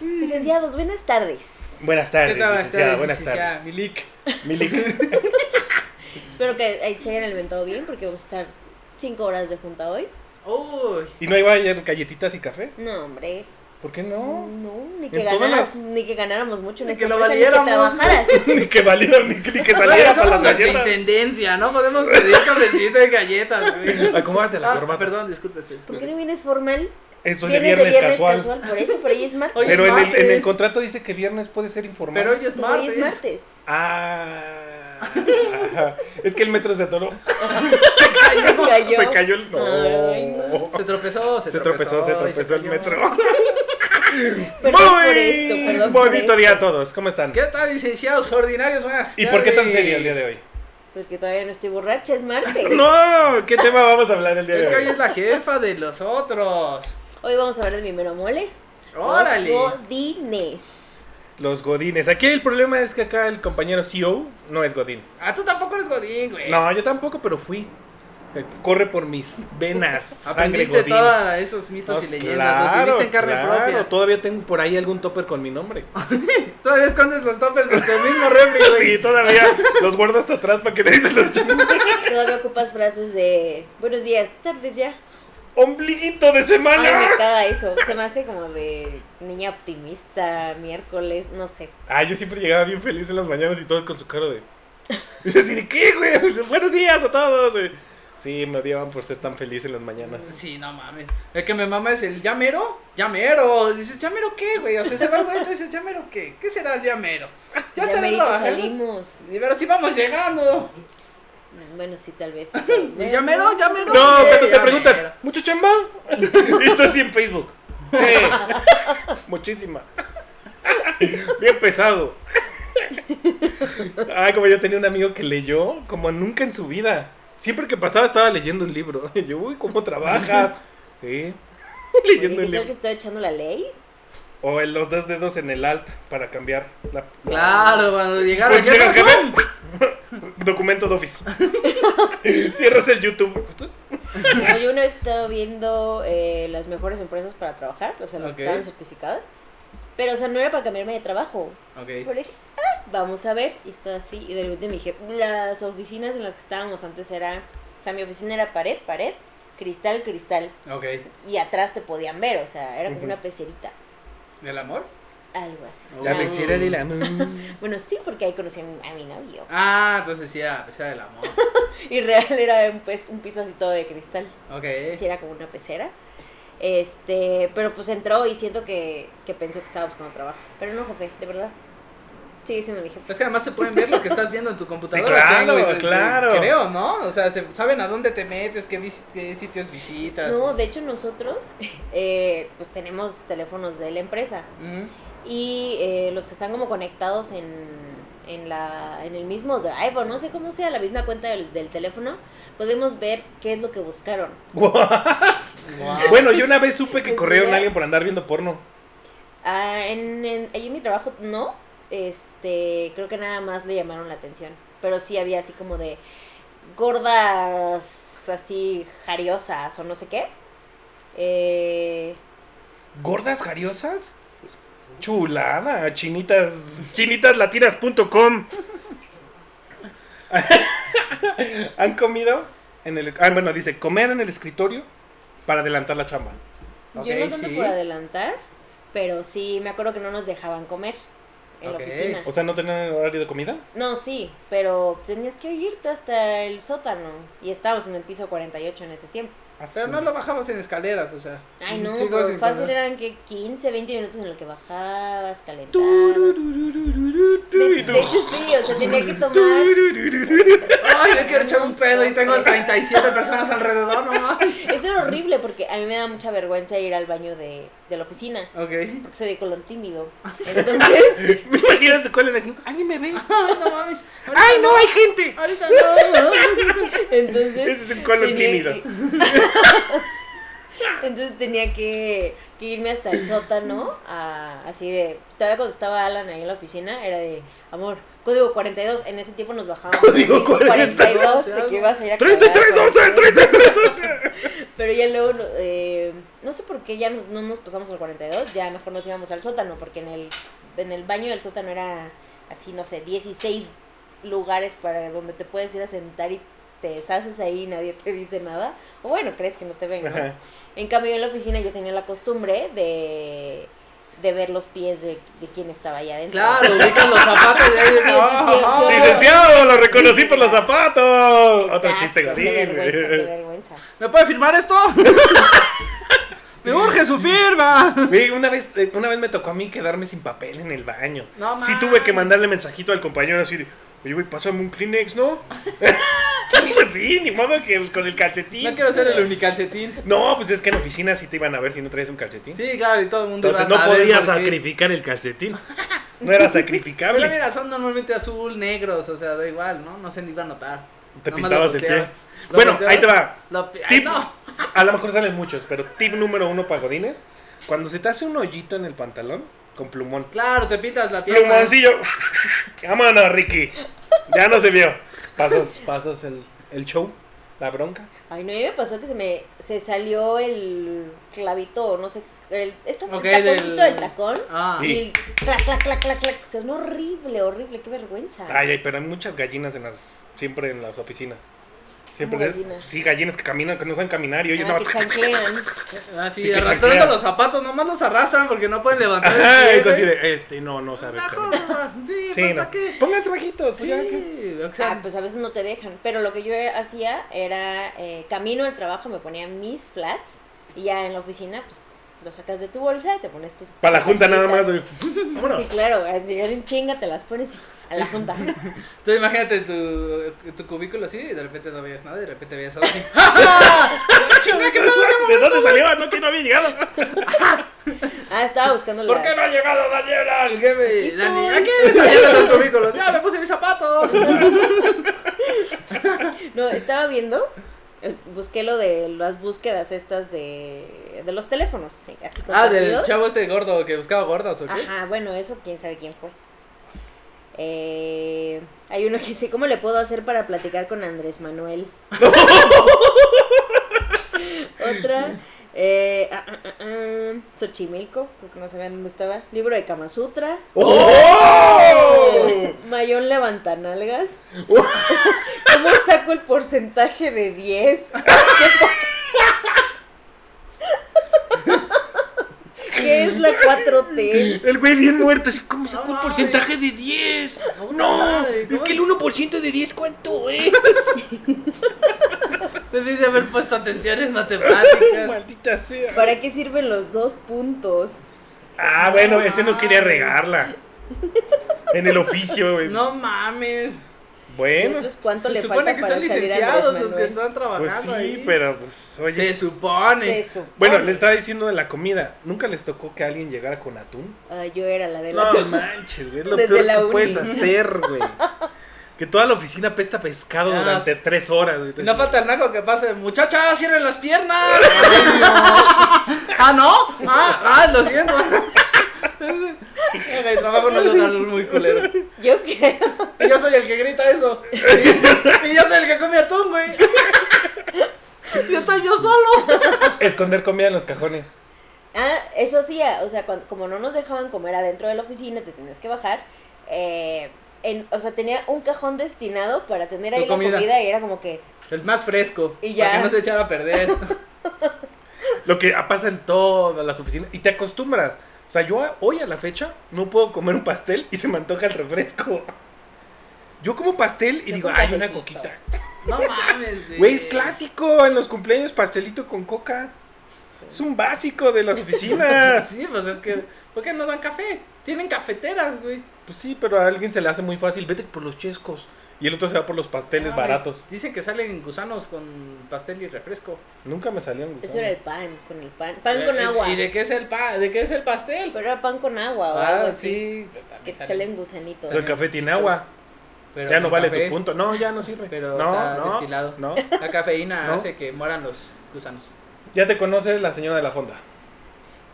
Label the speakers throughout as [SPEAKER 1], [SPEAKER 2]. [SPEAKER 1] Licenciados, buenas tardes.
[SPEAKER 2] Buenas tardes, licenciada. Buenas tardes.
[SPEAKER 3] Milik.
[SPEAKER 2] Milik.
[SPEAKER 1] Espero que eh, se hayan alimentado bien porque vamos a estar cinco horas de junta hoy.
[SPEAKER 3] Uy.
[SPEAKER 2] ¿Y no iba a ir galletitas y café?
[SPEAKER 1] No, hombre.
[SPEAKER 2] ¿Por qué no?
[SPEAKER 1] No, ni que,
[SPEAKER 2] En todas
[SPEAKER 1] ganáramos,
[SPEAKER 2] las-
[SPEAKER 1] ni que ganáramos mucho en
[SPEAKER 3] Ni
[SPEAKER 1] esta
[SPEAKER 3] que lo
[SPEAKER 1] empresa, ni que
[SPEAKER 3] valiéramos.
[SPEAKER 1] trabajaras.
[SPEAKER 2] ni que valieran, ni que, ni que salieras a las galletas.
[SPEAKER 3] tendencia, no podemos pedir cafecito de galletas, güey.
[SPEAKER 2] Acomódate la
[SPEAKER 3] Ah,
[SPEAKER 2] corbata.
[SPEAKER 3] perdón, disculpe usted.
[SPEAKER 1] ¿Por qué no vienes formal?
[SPEAKER 2] Esto es de
[SPEAKER 1] Vienes
[SPEAKER 2] viernes,
[SPEAKER 1] de viernes
[SPEAKER 2] casual.
[SPEAKER 1] casual. por eso, pero ahí es martes.
[SPEAKER 3] Hoy
[SPEAKER 2] Pero
[SPEAKER 3] es
[SPEAKER 2] en el, en el
[SPEAKER 3] martes.
[SPEAKER 2] contrato dice que viernes puede ser informal.
[SPEAKER 3] Pero hoy es
[SPEAKER 1] Pero hoy es
[SPEAKER 3] martes.
[SPEAKER 1] martes.
[SPEAKER 2] Ah. Ajá. es que el metro se atoró.
[SPEAKER 1] Se cayó.
[SPEAKER 2] Se cayó el. No.
[SPEAKER 1] Ay, no.
[SPEAKER 3] Se tropezó, se,
[SPEAKER 2] Se tropezó, se
[SPEAKER 3] y
[SPEAKER 2] tropezó el
[SPEAKER 3] cayó.
[SPEAKER 2] metro.
[SPEAKER 1] Perdón por esto, perdón por
[SPEAKER 2] bonito
[SPEAKER 1] esto.
[SPEAKER 2] día a todos. ¿Cómo están?
[SPEAKER 3] ¿Qué tal, licenciados ordinarios? Buenas
[SPEAKER 2] ¿Y por qué tan
[SPEAKER 3] tardes.
[SPEAKER 2] serio el día de hoy?
[SPEAKER 1] Porque todavía no estoy borracha, es martes.
[SPEAKER 2] No, ¿qué tema vamos a hablar el día
[SPEAKER 3] Es que
[SPEAKER 2] de
[SPEAKER 3] hoy
[SPEAKER 2] hoy?
[SPEAKER 3] es la jefa de los otros.
[SPEAKER 1] Hoy vamos a hablar de mi mero mole.
[SPEAKER 3] Órale.
[SPEAKER 1] Los godines.
[SPEAKER 2] Los godines. Aquí el problema es que acá el compañero CEO no es godín.
[SPEAKER 3] Ah, tú tampoco eres godín, güey.
[SPEAKER 2] No, yo tampoco, pero fui. Eh, Corre por mis venas. sangre
[SPEAKER 3] Aprendiste
[SPEAKER 2] godín.
[SPEAKER 3] todos esos mitos y
[SPEAKER 2] Pues,
[SPEAKER 3] leyendas, los viviste en carne
[SPEAKER 2] claro,
[SPEAKER 3] propia.
[SPEAKER 2] Todavía tengo por ahí algún topper con mi nombre.
[SPEAKER 3] Todavía escondes los toppers en tu mismo refri, güey.
[SPEAKER 2] Sí, todavía los guardo hasta atrás para que nadie se los chingue.
[SPEAKER 1] Todavía ocupas frases de buenos días, tardes ya.
[SPEAKER 2] Ombliguito de semana.
[SPEAKER 1] Ay, me caga eso. Se me hace como de niña optimista, miércoles, no sé.
[SPEAKER 2] Ah, yo siempre llegaba bien feliz en las mañanas y todo con su cara de. Y Yo así de qué, güey. Buenos días a todos. eh. Sí, me odiaban por ser tan feliz en las mañanas.
[SPEAKER 3] Sí, no mames. El que me mama es el llamero. Llamero. Dices, ¿llamero qué, güey? O sea, se va el güey y dice, ¿llamero qué? ¿Qué será el llamero? Ya
[SPEAKER 1] Ya
[SPEAKER 3] está
[SPEAKER 1] merito
[SPEAKER 3] bien
[SPEAKER 1] salimos.
[SPEAKER 3] Pero si vamos llegando.
[SPEAKER 1] Bueno, sí, tal vez.
[SPEAKER 3] ¿Llamero? ¿Llamero?
[SPEAKER 2] No,
[SPEAKER 3] ¿qué?
[SPEAKER 2] cuando te
[SPEAKER 3] Llamero.
[SPEAKER 2] preguntan, ¿mucho chamba? y tú así en Facebook. Sí, muchísima. Bien pesado. Ah, como yo tenía un amigo que leyó como nunca en su vida. Siempre que pasaba estaba leyendo un libro. Y yo, uy, ¿cómo trabajas? Sí,
[SPEAKER 1] Oye,
[SPEAKER 2] leyendo
[SPEAKER 1] ¿qué
[SPEAKER 2] un
[SPEAKER 1] tal
[SPEAKER 2] libro.
[SPEAKER 1] que estoy echando la ley?
[SPEAKER 2] O en los dos dedos en el alt para cambiar la.
[SPEAKER 3] Claro, cuando llegaron.
[SPEAKER 2] Pues llega el jefe, Documento de Office. Cierras el YouTube.
[SPEAKER 1] No, yo una vez estaba viendo eh, las mejores empresas para trabajar, o sea, las que
[SPEAKER 3] Ok.
[SPEAKER 1] estaban certificadas. Pero, o sea, no era para cambiarme de trabajo.
[SPEAKER 3] Ok.
[SPEAKER 1] Pero dije, "Ah, vamos a ver. Y estaba así. Y de repente me dije, las oficinas en las que estábamos antes era. O sea, mi oficina era pared, pared, cristal, cristal.
[SPEAKER 3] Ok.
[SPEAKER 1] Y atrás te podían ver, o sea, era como
[SPEAKER 2] Ujú.
[SPEAKER 1] una pecerita.
[SPEAKER 3] ¿Del amor?
[SPEAKER 1] Algo así.
[SPEAKER 3] La
[SPEAKER 1] Ah,
[SPEAKER 3] pecera del
[SPEAKER 1] Bueno, sí, porque ahí conocí a mi, a mi novio.
[SPEAKER 3] Ah, entonces sí era, sí era del amor.
[SPEAKER 1] Y real era un, pues, un piso así todo de cristal.
[SPEAKER 3] Ok.
[SPEAKER 1] Sí, era como una pecera. Este, pero pues entró y siento que, que pensó que estaba buscando trabajo. Pero no, jefe, de verdad. Sigue siendo mi jefe.
[SPEAKER 3] Es que además te pueden ver lo que estás viendo en tu computadora.
[SPEAKER 2] Sí, claro,
[SPEAKER 3] creo, güey,
[SPEAKER 2] claro.
[SPEAKER 3] Creo, ¿no? O sea, se- saben a dónde te metes, qué, vis- qué sitios visitas.
[SPEAKER 1] No, de hecho nosotros eh, pues tenemos teléfonos de la empresa.
[SPEAKER 3] Ujú.
[SPEAKER 1] Y eh, los que están como conectados en, en, la, en el mismo drive o no sé cómo sea, la misma cuenta del, del teléfono, podemos ver qué es lo que buscaron.
[SPEAKER 2] Bueno, yo una vez supe que corrieron a alguien por andar viendo porno.
[SPEAKER 1] Ah, en, en, ahí en mi trabajo no, este, creo que nada más le llamaron la atención, pero sí había así como de gordas, así jariosas o no sé qué. Eh,
[SPEAKER 2] ¿Gordas jariosas? Chulada, chinitas, chinitaslatinas.com. ¿Han comido? En el, ah, bueno, dice, comer en el escritorio para adelantar la chamba.
[SPEAKER 3] Ok,
[SPEAKER 1] yo no tanto
[SPEAKER 3] sí.
[SPEAKER 1] por adelantar, pero sí me acuerdo que no nos dejaban comer en
[SPEAKER 3] Ok.
[SPEAKER 1] la oficina.
[SPEAKER 2] O sea, ¿no tenían horario de comida?
[SPEAKER 1] No, sí, pero tenías que irte hasta el sótano. Y estábamos en el piso 48 en ese tiempo.
[SPEAKER 3] Pero no lo bajamos en escaleras, o sea.
[SPEAKER 1] Ay, no,
[SPEAKER 3] Mm, Sí,
[SPEAKER 1] pero
[SPEAKER 3] sin
[SPEAKER 1] fácil
[SPEAKER 3] comer.
[SPEAKER 1] eran que 15, 20 minutos en lo que bajabas, calentabas. De,
[SPEAKER 2] Y tú-
[SPEAKER 1] de hecho, sí, o sea, tenía que tomar.
[SPEAKER 3] Ay, yo quiero echar un pedo y tengo 37 personas alrededor, no mames.
[SPEAKER 1] Eso era horrible porque a mí me da mucha vergüenza ir al baño de, de la oficina. Porque
[SPEAKER 3] Ok.
[SPEAKER 1] soy de colon tímido. Entonces,
[SPEAKER 2] Me imagino su cola así, alguien me ve.
[SPEAKER 3] Ay, no mames.
[SPEAKER 2] ¡Ay, no, hay gente!
[SPEAKER 3] Ahorita no.
[SPEAKER 1] entonces
[SPEAKER 2] Ese es un colon
[SPEAKER 1] tenía
[SPEAKER 2] tímido.
[SPEAKER 1] que- Entonces tenía que, que irme hasta el sótano, a- así de, todavía cuando estaba Alan ahí en la oficina, era de, amor, código 42, en ese tiempo nos bajábamos.
[SPEAKER 2] Código
[SPEAKER 1] al piso
[SPEAKER 2] 42,
[SPEAKER 1] de que ibas a ir a cagar,
[SPEAKER 2] 33, 12, 33, 12.
[SPEAKER 1] Pero ya luego, no- eh, no sé por qué ya no, no nos pasamos al 42, ya mejor nos íbamos al sótano, porque en el, en el baño del sótano era así, no sé, 16 lugares para donde te puedes ir a sentar y te deshaces ahí y nadie te dice nada. O bueno, crees que no te ven, ¿no?
[SPEAKER 2] Ajá.
[SPEAKER 1] En cambio, en la oficina yo tenía la costumbre de, de ver los pies de, de quien estaba allá adentro.
[SPEAKER 3] Claro, ubican los zapatos y ahí dices,
[SPEAKER 1] Sí,
[SPEAKER 3] "Ah,
[SPEAKER 1] sí, sí,
[SPEAKER 3] ah, ah".
[SPEAKER 1] sí, sí.
[SPEAKER 2] Licenciado, lo reconocí por los zapatos.
[SPEAKER 1] Exacto,
[SPEAKER 2] Otro chiste
[SPEAKER 1] Qué
[SPEAKER 2] godín,
[SPEAKER 1] vergüenza, qué
[SPEAKER 2] güey.
[SPEAKER 1] vergüenza.
[SPEAKER 3] ¿Me puede firmar esto? ¡Me urge su firma!
[SPEAKER 2] Güey, una vez, eh, una vez me tocó a mí quedarme sin papel en el baño.
[SPEAKER 3] No
[SPEAKER 2] sí
[SPEAKER 3] mames.
[SPEAKER 2] tuve que mandarle mensajito al compañero así de, oye, güey, pásame un Kleenex, ¿no? pues sí, ni modo que con el calcetín.
[SPEAKER 3] No quiero ser el unicalcetín.
[SPEAKER 2] No, pues es que en oficina sí te iban a ver si no traías un calcetín.
[SPEAKER 3] Sí, claro, y todo el mundo
[SPEAKER 2] Entonces
[SPEAKER 3] iba a
[SPEAKER 2] no
[SPEAKER 3] saber
[SPEAKER 2] podía
[SPEAKER 3] por qué.
[SPEAKER 2] sacrificar el calcetín. No era
[SPEAKER 3] Pero
[SPEAKER 2] sacrificable.
[SPEAKER 3] mira, son normalmente azul, negros, o sea, da igual, ¿no? No se ni va a notar.
[SPEAKER 2] Te
[SPEAKER 3] Nomás
[SPEAKER 2] pintabas
[SPEAKER 3] lo
[SPEAKER 2] el pie.
[SPEAKER 3] volteabas. Lo
[SPEAKER 2] Bueno,
[SPEAKER 3] volteabas,
[SPEAKER 2] ahí te va.
[SPEAKER 3] lo pi- ay,
[SPEAKER 2] Tip,
[SPEAKER 3] no.
[SPEAKER 2] a lo mejor salen muchos, pero tip número uno para Godines, cuando se te hace un hoyito en el pantalón con plumón.
[SPEAKER 3] Claro, te pintas la pierna.
[SPEAKER 2] Plumoncillo. Vámonos, Ricky. Ya no se vio. Pasas, pasas el, el show, la bronca.
[SPEAKER 1] Ay, no, a mí me pasó que se me se salió el clavito, o no sé, el, ese el
[SPEAKER 3] Ok,
[SPEAKER 1] taconcito
[SPEAKER 3] del-
[SPEAKER 1] del tacón.
[SPEAKER 3] Ah,
[SPEAKER 2] Sí.
[SPEAKER 1] Y clac, clac, clac, clac, clac. Sonó horrible, horrible, qué vergüenza.
[SPEAKER 2] Ay, ay, pero hay muchas gallinas en las, siempre en las oficinas. Siempre.
[SPEAKER 1] ¿Cómo gallinas?
[SPEAKER 2] Sí, gallinas que caminan, que no saben caminar y oye,
[SPEAKER 1] Ah,
[SPEAKER 2] no.
[SPEAKER 1] que chanclean.
[SPEAKER 3] ah, sí,
[SPEAKER 2] Sí, que
[SPEAKER 3] arrastrando
[SPEAKER 2] chancleas.
[SPEAKER 3] los zapatos, nomás los arrastran porque no pueden levantar el
[SPEAKER 2] Ajá,
[SPEAKER 3] pie.
[SPEAKER 2] entonces
[SPEAKER 3] güey.
[SPEAKER 2] así de, este, no, no sabe. caminar.
[SPEAKER 3] Ajá, Sí,
[SPEAKER 2] Sí,
[SPEAKER 3] pues,
[SPEAKER 2] no.
[SPEAKER 3] ¿a qué?
[SPEAKER 2] Pónganse bajitos, pues ya que-
[SPEAKER 3] Sí, o
[SPEAKER 1] Ah,
[SPEAKER 3] sea,
[SPEAKER 1] pues a veces no te dejan. Pero lo que yo hacía era eh, camino al trabajo, me ponía mis flats y ya en la oficina, pues lo sacas de tu bolsa y te pones tus.
[SPEAKER 2] Para la junta nada más.
[SPEAKER 1] Sí,
[SPEAKER 2] oye. Vámonos.
[SPEAKER 1] claro, al llegar en chinga te las pones y a la junta.
[SPEAKER 3] Tú imagínate tu, tu cubículo así y de repente no veías nada y de repente veías algo así. ¡Ah, Chinga, ¿qué pedo?
[SPEAKER 2] ¿De dónde salió? No, que no había llegado.
[SPEAKER 1] Ah, estaba buscando
[SPEAKER 2] ¿Por
[SPEAKER 1] las-
[SPEAKER 2] qué no ha llegado Daniela?
[SPEAKER 3] El jefe,
[SPEAKER 1] Aquí
[SPEAKER 3] Dani,
[SPEAKER 1] estoy.
[SPEAKER 3] aquí saliendo los cubículos. Ya me puse mis zapatos.
[SPEAKER 1] No, estaba viendo, eh, busqué lo de las búsquedas estas de, de los teléfonos. eh, así
[SPEAKER 3] Ah, del
[SPEAKER 1] compartidos.
[SPEAKER 3] chavo este gordo que buscaba gordas, ¿o qué?
[SPEAKER 1] Ajá, bueno, eso quién sabe quién fue. Eh, hay uno que dice, ¿cómo le puedo hacer para platicar con Andrés Manuel? Otra, eh, ah, ah, ah, ah, Xochimilco, porque no sabían dónde estaba. Libro de Kama Sutra.
[SPEAKER 2] ¡Oh!
[SPEAKER 1] Mayón levantanalgas. ¿Cómo saco el porcentaje de 10? ¿Qué es la 4T?
[SPEAKER 2] El güey bien muerto, así como
[SPEAKER 3] sacó
[SPEAKER 2] sacó
[SPEAKER 3] un
[SPEAKER 2] un
[SPEAKER 3] porcentaje
[SPEAKER 2] porcentaje de 10.
[SPEAKER 3] No,
[SPEAKER 2] oh, No,
[SPEAKER 3] es
[SPEAKER 2] es que
[SPEAKER 3] que el
[SPEAKER 2] el 1% de 10 cuánto es.
[SPEAKER 3] Debí de haber puesto atención en matemáticas.
[SPEAKER 2] Maldita sea.
[SPEAKER 1] ¿Para qué sirven los dos puntos?
[SPEAKER 2] Ah, bueno, ese no quería regarla. En el oficio, güey.
[SPEAKER 3] No mames.
[SPEAKER 1] ¿Y
[SPEAKER 2] Bueno,
[SPEAKER 1] otros cuánto
[SPEAKER 3] Se
[SPEAKER 1] le
[SPEAKER 3] supone
[SPEAKER 1] falta
[SPEAKER 3] que
[SPEAKER 1] para
[SPEAKER 3] son
[SPEAKER 1] salir a
[SPEAKER 3] licenciados
[SPEAKER 1] Andrés
[SPEAKER 3] los que
[SPEAKER 1] Manuel? Pues
[SPEAKER 3] están trabajando.
[SPEAKER 2] pues sí,
[SPEAKER 3] ahí.
[SPEAKER 2] pero pues,
[SPEAKER 3] Se
[SPEAKER 2] oye.
[SPEAKER 3] supone.
[SPEAKER 1] Se supone.
[SPEAKER 2] Bueno, le estaba diciendo de la comida. ¿Nunca les tocó que alguien llegara con atún?
[SPEAKER 1] Ah, yo era la de la...
[SPEAKER 2] No manches, güey. Es lo
[SPEAKER 1] Desde
[SPEAKER 2] peor
[SPEAKER 1] la
[SPEAKER 2] que
[SPEAKER 1] uni.
[SPEAKER 2] puedes hacer, güey. Que toda la oficina pesta pescado
[SPEAKER 3] Ah,
[SPEAKER 2] durante tres horas, güey.
[SPEAKER 3] No falta el naco que pase, muchachas, cierren las piernas. ah, ¿no? Ah, ah, lo siento. Ok, trabajo en un lugar muy culero.
[SPEAKER 1] Yo creo.
[SPEAKER 3] Y yo soy el que grita eso. Y yo soy el que come atún, güey. Y estoy yo solo.
[SPEAKER 2] Esconder comida en los cajones.
[SPEAKER 1] Ah, eso hacía, o sea, cuan- como no nos dejaban comer adentro de la oficina, te tenías que bajar. eh, en- o sea, tenía un cajón destinado para tener
[SPEAKER 3] Tu
[SPEAKER 1] ahí
[SPEAKER 3] comida.
[SPEAKER 1] la comida y era como que,
[SPEAKER 3] El más fresco.
[SPEAKER 1] Y ya.
[SPEAKER 3] Para que no se echara a perder.
[SPEAKER 2] Lo que pasa en todas las oficinas. Y te acostumbras. O sea, yo a- hoy a la fecha no puedo comer un pastel y se me antoja el refresco. Yo como pastel y
[SPEAKER 1] Yo
[SPEAKER 2] digo,
[SPEAKER 1] con
[SPEAKER 2] ay, una
[SPEAKER 1] cafecito".
[SPEAKER 2] coquita.
[SPEAKER 3] No mames, güey.
[SPEAKER 2] Güey, es clásico en los cumpleaños pastelito con coca. Es un básico de las oficinas.
[SPEAKER 3] Sí, pues es que. ¿Por qué no dan café? Tienen cafeteras, güey.
[SPEAKER 2] pues sí, pero a alguien se le hace muy fácil. Vete por los chescos. Y el otro se va por los pasteles
[SPEAKER 3] Ah,
[SPEAKER 2] baratos.
[SPEAKER 3] pues, Dicen que salen gusanos con pastel y refresco.
[SPEAKER 2] Nunca me salieron.
[SPEAKER 1] eso era el pan, con el pan. Pan
[SPEAKER 3] Eh,
[SPEAKER 1] con
[SPEAKER 3] eh,
[SPEAKER 1] agua.
[SPEAKER 3] ¿Y de qué es el pa de qué es el pastel?
[SPEAKER 1] Pero era pan con agua o algo
[SPEAKER 3] Ah,
[SPEAKER 1] así.
[SPEAKER 3] sí.
[SPEAKER 1] Que
[SPEAKER 3] también
[SPEAKER 1] te
[SPEAKER 3] sale.
[SPEAKER 1] salen gusanitos.
[SPEAKER 2] Pero el café tiene agua.
[SPEAKER 3] Pero
[SPEAKER 2] ya no
[SPEAKER 3] con
[SPEAKER 2] vale
[SPEAKER 3] café,
[SPEAKER 2] tu punto. No, ya no sirve.
[SPEAKER 3] Pero
[SPEAKER 2] no,
[SPEAKER 3] está
[SPEAKER 2] no,
[SPEAKER 3] destilado.
[SPEAKER 2] No.
[SPEAKER 3] La cafeína
[SPEAKER 2] ¿No?
[SPEAKER 3] hace que mueran los gusanos.
[SPEAKER 2] Ya te conoce la señora de la fonda.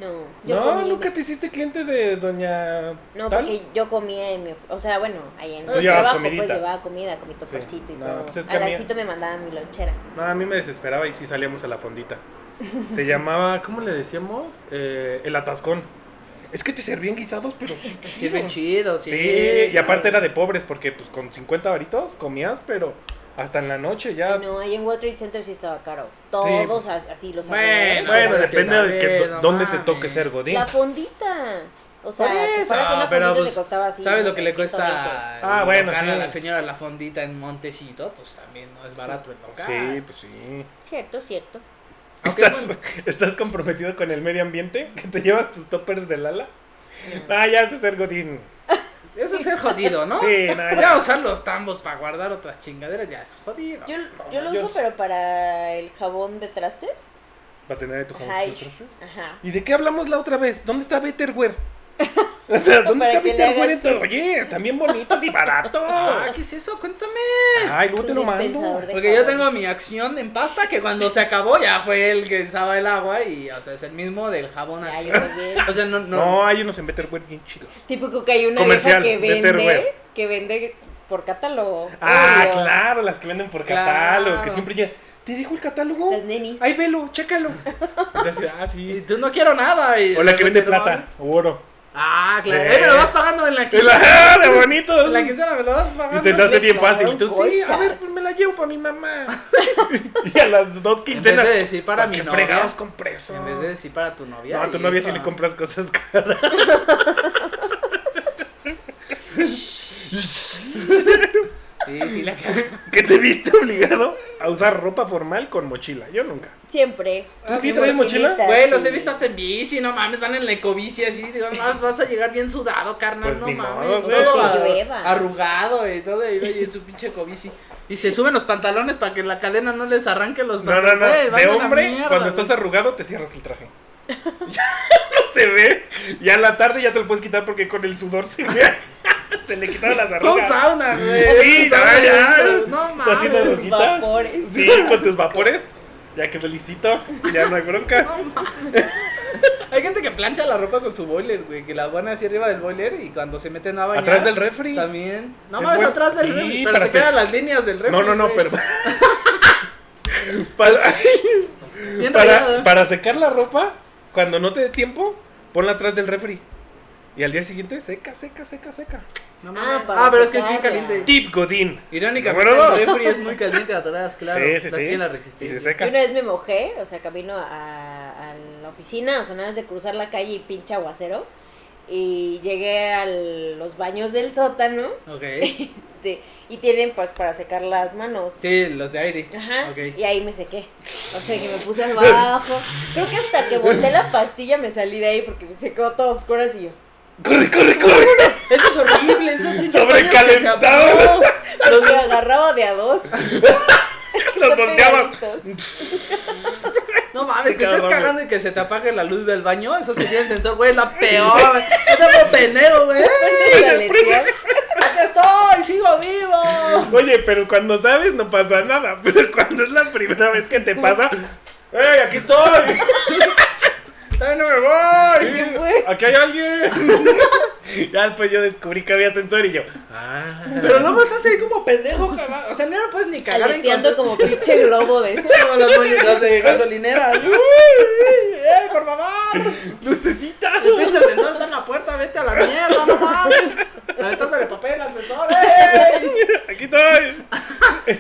[SPEAKER 1] No, yo
[SPEAKER 2] No,
[SPEAKER 1] comí-
[SPEAKER 2] nunca te hiciste cliente de doña...
[SPEAKER 1] No,
[SPEAKER 2] tal?
[SPEAKER 1] porque yo comía en mi... of- O sea, bueno, allá en
[SPEAKER 2] Tú
[SPEAKER 1] mi
[SPEAKER 2] llevabas
[SPEAKER 1] trabajo pues
[SPEAKER 2] comidita.
[SPEAKER 1] llevaba comida con mi topercito y
[SPEAKER 2] no,
[SPEAKER 1] todo.
[SPEAKER 2] pues es que a mí-
[SPEAKER 1] Alancito me mandaba mi lonchera.
[SPEAKER 2] No, a mí me desesperaba y sí salíamos a la fondita. Se llamaba, ¿cómo le decíamos? Eh, el atascón. Es que te servían guisados, pero sí.
[SPEAKER 3] Sirve chido, sí.
[SPEAKER 2] Sí, y aparte era de pobres, porque pues con 50 varitos comías, pero hasta en la noche ya.
[SPEAKER 1] Ay, No, ahí en World Trade Center sí estaba caro. Todos
[SPEAKER 2] pues.
[SPEAKER 1] as- así los
[SPEAKER 3] Bueno,
[SPEAKER 1] alrededores.
[SPEAKER 2] Bueno,
[SPEAKER 3] Pero
[SPEAKER 2] depende
[SPEAKER 3] sí,
[SPEAKER 2] de que-
[SPEAKER 3] no
[SPEAKER 2] dónde te
[SPEAKER 3] mames.
[SPEAKER 2] toque ser Godín.
[SPEAKER 1] La fondita. O sea,
[SPEAKER 3] Por
[SPEAKER 1] que
[SPEAKER 3] eso,
[SPEAKER 1] fueras a una
[SPEAKER 3] pero,
[SPEAKER 1] fondita
[SPEAKER 3] pues,
[SPEAKER 1] le costaba así.
[SPEAKER 3] ¿Sabes
[SPEAKER 1] no
[SPEAKER 3] lo que
[SPEAKER 1] sé,
[SPEAKER 3] le cuesta
[SPEAKER 1] 120.
[SPEAKER 2] Ah,
[SPEAKER 3] el
[SPEAKER 2] bueno,
[SPEAKER 3] local
[SPEAKER 2] sí.
[SPEAKER 3] a la señora La Fondita en Montecito? Pues también no es barato el local.
[SPEAKER 2] Sí, pues sí.
[SPEAKER 1] Cierto, cierto.
[SPEAKER 3] Aunque,
[SPEAKER 2] ¿Estás,
[SPEAKER 3] bueno,
[SPEAKER 2] estás comprometido con el medio ambiente? ¿Que te llevas tus toppers del ala? Ah, ya, eso es ser Godín.
[SPEAKER 3] eso es ser jodido, ¿no?
[SPEAKER 2] Sí, nada, ya.
[SPEAKER 3] Ya usar los tambos para guardar otras chingaderas ya es jodido.
[SPEAKER 1] Yo,
[SPEAKER 3] No,
[SPEAKER 1] yo lo
[SPEAKER 2] yo-
[SPEAKER 1] uso, pero para el jabón de trastes.
[SPEAKER 2] Va a tener tu jabón
[SPEAKER 1] Ay.
[SPEAKER 2] de trastes.
[SPEAKER 1] Ajá.
[SPEAKER 2] ¿Y de qué hablamos la otra vez? ¿Dónde está Betterware? O sea, ¿dónde
[SPEAKER 1] Para
[SPEAKER 2] está
[SPEAKER 1] que le
[SPEAKER 2] Betterware?
[SPEAKER 1] hagas
[SPEAKER 2] en tu- Oye, también bonitos y baratos.
[SPEAKER 3] Ah, ¿qué es eso? Cuéntame.
[SPEAKER 2] Ay, luego
[SPEAKER 1] Es
[SPEAKER 2] te
[SPEAKER 1] un
[SPEAKER 2] lo
[SPEAKER 1] dispensador
[SPEAKER 2] mando.
[SPEAKER 1] de
[SPEAKER 3] Porque yo
[SPEAKER 1] jabón.
[SPEAKER 3] tengo mi acción en pasta que cuando se acabó ya fue el que usaba el agua y, o sea, es el mismo del
[SPEAKER 2] Ah,
[SPEAKER 3] jabón
[SPEAKER 1] Ya, yo
[SPEAKER 3] acción.
[SPEAKER 1] también.
[SPEAKER 3] O sea, no,
[SPEAKER 2] No.
[SPEAKER 3] no.
[SPEAKER 2] hay unos en Betterware bien chidos.
[SPEAKER 1] Típico que hay una vieja
[SPEAKER 2] Comercial,
[SPEAKER 1] que
[SPEAKER 2] de
[SPEAKER 1] vende,
[SPEAKER 2] Tupperware.
[SPEAKER 1] que vende por catálogo.
[SPEAKER 2] Ah,
[SPEAKER 1] Obvio.
[SPEAKER 2] claro, las que venden por
[SPEAKER 3] Claro.
[SPEAKER 2] catálogo, que siempre llegan. ¿Te dijo el catálogo?
[SPEAKER 1] Las nenis.
[SPEAKER 2] Ahí velo, chécalo. Entonces, ah,
[SPEAKER 3] Y
[SPEAKER 2] sí.
[SPEAKER 3] tú no quiero nada. Y,
[SPEAKER 2] O la que vende
[SPEAKER 3] no,
[SPEAKER 2] plata, u oro.
[SPEAKER 3] Ah, claro.
[SPEAKER 2] Eh.
[SPEAKER 3] Eh, me lo vas pagando en la
[SPEAKER 2] ¡Es
[SPEAKER 3] quincena.
[SPEAKER 2] la de bonitos!
[SPEAKER 3] En la quincena me lo vas pagando.
[SPEAKER 2] Y te lo hace bien fácil. Tú, sí, a
[SPEAKER 1] Colchas.
[SPEAKER 2] ver, pues me la llevo para mi mamá. y a las dos
[SPEAKER 3] En vez de
[SPEAKER 2] quincenas.
[SPEAKER 3] decir para
[SPEAKER 2] ¿pa'
[SPEAKER 3] mi
[SPEAKER 2] qué
[SPEAKER 3] novia.
[SPEAKER 2] fregados compré eso?
[SPEAKER 3] En vez de decir para tu novia.
[SPEAKER 2] No, a tu
[SPEAKER 3] y
[SPEAKER 2] novia
[SPEAKER 3] eso.
[SPEAKER 2] si le compras cosas caras.
[SPEAKER 3] Sí, sí, la cagas.
[SPEAKER 2] Que te viste obligado a usar ropa formal con mochila. Yo nunca.
[SPEAKER 1] Siempre.
[SPEAKER 2] ¿Tú sí
[SPEAKER 1] Mi
[SPEAKER 2] traes mochila?
[SPEAKER 1] mochilita,
[SPEAKER 3] Güey, los
[SPEAKER 1] sí.
[SPEAKER 3] he visto hasta en bici, no mames, van en la ecobici así, digo, no mames, vas a llegar bien sudado, carnal,
[SPEAKER 2] Pues
[SPEAKER 3] no
[SPEAKER 2] ni
[SPEAKER 3] mames.
[SPEAKER 2] modo, güey.
[SPEAKER 3] todo
[SPEAKER 1] Que
[SPEAKER 3] a-
[SPEAKER 1] llueva.
[SPEAKER 3] arrugado y todo, y oye, su pinche ecobici. Y se suben los pantalones para que la cadena no les arranque los
[SPEAKER 2] No, no,
[SPEAKER 3] pantalones.
[SPEAKER 2] no.
[SPEAKER 3] Güey, van
[SPEAKER 2] De
[SPEAKER 3] a la
[SPEAKER 2] hombre,
[SPEAKER 3] mierda,
[SPEAKER 2] cuando
[SPEAKER 3] güey.
[SPEAKER 2] estás arrugado, te cierras el traje. Ya no se ve. Ya en la tarde ya te lo puedes quitar porque con el sudor se ve. Se le quitaron las
[SPEAKER 3] Fue un
[SPEAKER 2] arrugas.
[SPEAKER 3] sauna, güey.
[SPEAKER 2] Sí,
[SPEAKER 3] Fue un
[SPEAKER 2] ya,
[SPEAKER 3] sauna,
[SPEAKER 2] ya.
[SPEAKER 3] güey. No
[SPEAKER 2] Tú así
[SPEAKER 1] Tus
[SPEAKER 2] las
[SPEAKER 3] mames.
[SPEAKER 2] rositas.
[SPEAKER 1] vapores.
[SPEAKER 2] Sí, con tus vapores. Ya que felicito. Ya no hay bronca.
[SPEAKER 3] Hay gente que plancha la ropa con su boiler, güey, que la ponen así arriba del boiler y cuando se meten a bañar.
[SPEAKER 2] Atrás del refri.
[SPEAKER 3] También. No
[SPEAKER 2] Es
[SPEAKER 3] mames,
[SPEAKER 2] buen-
[SPEAKER 3] atrás del
[SPEAKER 2] Sí,
[SPEAKER 3] refri. Pero
[SPEAKER 2] para
[SPEAKER 3] te
[SPEAKER 2] ser-
[SPEAKER 3] quedan las líneas del refri.
[SPEAKER 2] No, no, no,
[SPEAKER 3] güey.
[SPEAKER 2] pero. Para-
[SPEAKER 3] Bien
[SPEAKER 2] para,
[SPEAKER 3] rayado. ¿eh?
[SPEAKER 2] para secar la ropa, cuando no te dé tiempo, ponla atrás del refri. Y al día siguiente, seca, seca, seca, seca.
[SPEAKER 3] No
[SPEAKER 1] Ah,
[SPEAKER 3] mames.
[SPEAKER 1] para
[SPEAKER 3] Ah, pero es que es bien
[SPEAKER 1] secarla.
[SPEAKER 3] caliente.
[SPEAKER 2] Tip Godín.
[SPEAKER 3] Irónicamente,
[SPEAKER 2] Número
[SPEAKER 3] el
[SPEAKER 2] dos.
[SPEAKER 3] refri es muy caliente atrás, claro.
[SPEAKER 2] Sí, sí,
[SPEAKER 3] Está
[SPEAKER 2] sí.
[SPEAKER 3] aquí en la
[SPEAKER 2] Y se
[SPEAKER 3] resistencia.
[SPEAKER 1] Yo
[SPEAKER 2] seca.
[SPEAKER 1] una vez me mojé, o sea, camino a, a la oficina, o sea, nada más de cruzar la calle y pinche aguacero. Y llegué a los baños del sótano,
[SPEAKER 3] Ok.
[SPEAKER 1] este, y tienen pues para secar las manos.
[SPEAKER 3] Sí, los de aire.
[SPEAKER 1] Ajá.
[SPEAKER 3] Ok.
[SPEAKER 1] Y ahí me sequé. O sea, que me puse abajo. Creo que hasta que boté la pastilla me salí de ahí porque se quedó todo oscuro así yo.
[SPEAKER 2] Corre, corre, corre.
[SPEAKER 3] Eso es horrible. Esos pinches
[SPEAKER 2] Sobrecalentado.
[SPEAKER 3] baños que se apagan.
[SPEAKER 1] Los me agarraba de a dos.
[SPEAKER 2] Los volteabas.
[SPEAKER 1] pegaditos.
[SPEAKER 3] No mames, que
[SPEAKER 2] Cada
[SPEAKER 3] estés
[SPEAKER 2] mame.
[SPEAKER 3] cagando y que se te apague la luz del baño. Esos que tienen sensor, güey, es la peor. Es de penero, güey.
[SPEAKER 1] Me aleteas.
[SPEAKER 3] Aquí estoy, sigo vivo.
[SPEAKER 2] Oye, pero cuando sabes no pasa nada. Pero cuando es la primera vez que te pasa. ¡Ey, aquí estoy!
[SPEAKER 3] Ay, no me voy.
[SPEAKER 2] Sí,
[SPEAKER 1] fue?
[SPEAKER 2] ¡Aquí hay alguien! ya después yo descubrí que había sensor y yo. ¡Ah!
[SPEAKER 3] Pero luego estás ahí como pendejo, jamás. O sea, no puedes ni cagar en
[SPEAKER 1] Aleteando
[SPEAKER 3] cuanto-
[SPEAKER 1] como pinche globo de eso.
[SPEAKER 3] Como las muñecas de gasolinera. Uy, uy, ¡Ey, por favor!
[SPEAKER 2] ¡Lucecita!
[SPEAKER 3] El pinche sensor está en la puerta, vete a la mierda, no mames. Aventándole papel al sensor, ¡ey!
[SPEAKER 2] ¡Aquí estoy!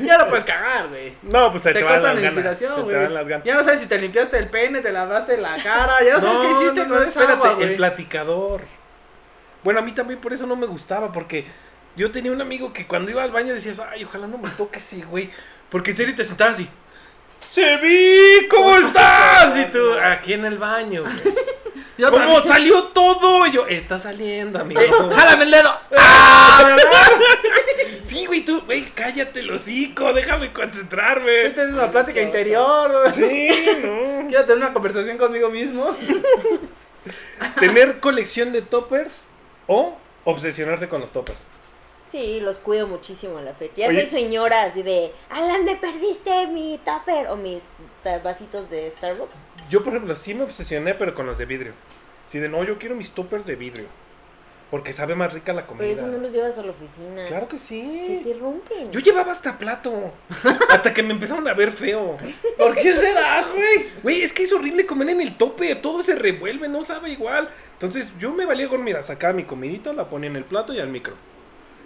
[SPEAKER 3] Ya no puedes cagar, güey.
[SPEAKER 2] No, pues se
[SPEAKER 3] Te,
[SPEAKER 2] te, van
[SPEAKER 3] cortan
[SPEAKER 2] las
[SPEAKER 3] la
[SPEAKER 2] ganas.
[SPEAKER 3] inspiración,
[SPEAKER 2] Se
[SPEAKER 3] güey.
[SPEAKER 2] te van las ganas.
[SPEAKER 3] Ya no sabes si te limpiaste el pene, te lavaste la cara, ya no sabes qué hiciste
[SPEAKER 2] no, no,
[SPEAKER 3] con esa
[SPEAKER 2] espérate,
[SPEAKER 3] agua, güey.
[SPEAKER 2] el platicador. Bueno, a mí también por eso no me gustaba, porque yo tenía un amigo que cuando iba al baño decías, ay, ojalá no me toque ese güey. Porque en serio te sentabas así, ¡Se vi! ¿Cómo estás? Y tú, aquí en el baño. güey.
[SPEAKER 3] Yo
[SPEAKER 2] ¿Cómo
[SPEAKER 3] también.
[SPEAKER 2] salió todo? Y yo, está saliendo, amigo.
[SPEAKER 3] ¡Jálame el dedo! ¡Ah! ¿Verdad?
[SPEAKER 2] Sí, güey, tú, güey, cállate el hocico, déjame
[SPEAKER 3] Estoy
[SPEAKER 2] concentrarme.
[SPEAKER 3] teniendo una plática
[SPEAKER 1] Qué oso.
[SPEAKER 3] interior.
[SPEAKER 2] Sí, no.
[SPEAKER 3] Quiero tener una conversación conmigo mismo.
[SPEAKER 2] Tener colección de toppers o obsesionarse con los toppers.
[SPEAKER 1] Sí, los cuido muchísimo a la fecha. Ya
[SPEAKER 2] Oye.
[SPEAKER 1] soy señora así de, Alan, me perdiste mi tupper o mis ta- vasitos de Starbucks.
[SPEAKER 2] Yo, por ejemplo, sí me obsesioné, pero con los de vidrio. Sí, de no, yo quiero mis toppers de vidrio. Porque sabe más rica la
[SPEAKER 1] Pero eso
[SPEAKER 2] comida.
[SPEAKER 1] no los llevas a la oficina.
[SPEAKER 2] Claro que sí.
[SPEAKER 1] Se te rompen.
[SPEAKER 2] Yo llevaba hasta plato. Hasta que me empezaron a ver feo.
[SPEAKER 3] ¿Por qué será, güey?
[SPEAKER 2] Güey, es que es horrible comer en el tope, todo se revuelve, no sabe igual. Entonces yo me valía con, mira, sacaba mi comidita, la ponía en el plato y al micro.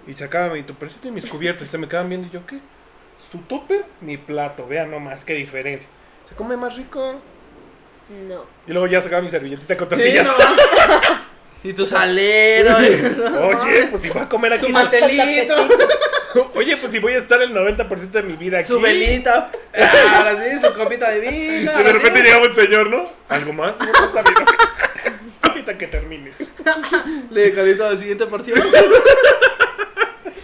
[SPEAKER 2] Y sacaba mi topercito y mis cubiertos y se me quedaban viendo y yo, ¿qué? ¿Tu topper? Mi plato, vean nomás, qué diferencia. Se come más rico.
[SPEAKER 1] No.
[SPEAKER 2] Y luego ya sacaba mi servilletita con
[SPEAKER 3] Sí,
[SPEAKER 2] tortillas.
[SPEAKER 3] no. Y tu salero, y
[SPEAKER 2] Oye, pues si va a comer aquí.
[SPEAKER 3] tu mantelito,
[SPEAKER 2] Oye, pues si voy a estar el 90% de mi vida aquí.
[SPEAKER 3] su velita. Ahora sí, su copita de vino.
[SPEAKER 2] Y de
[SPEAKER 3] ahora sí.
[SPEAKER 2] repente llegaba el señor, ¿no? ¿Algo más? No, no está bien. Ahorita que termines.
[SPEAKER 3] Le caliento la siguiente porción.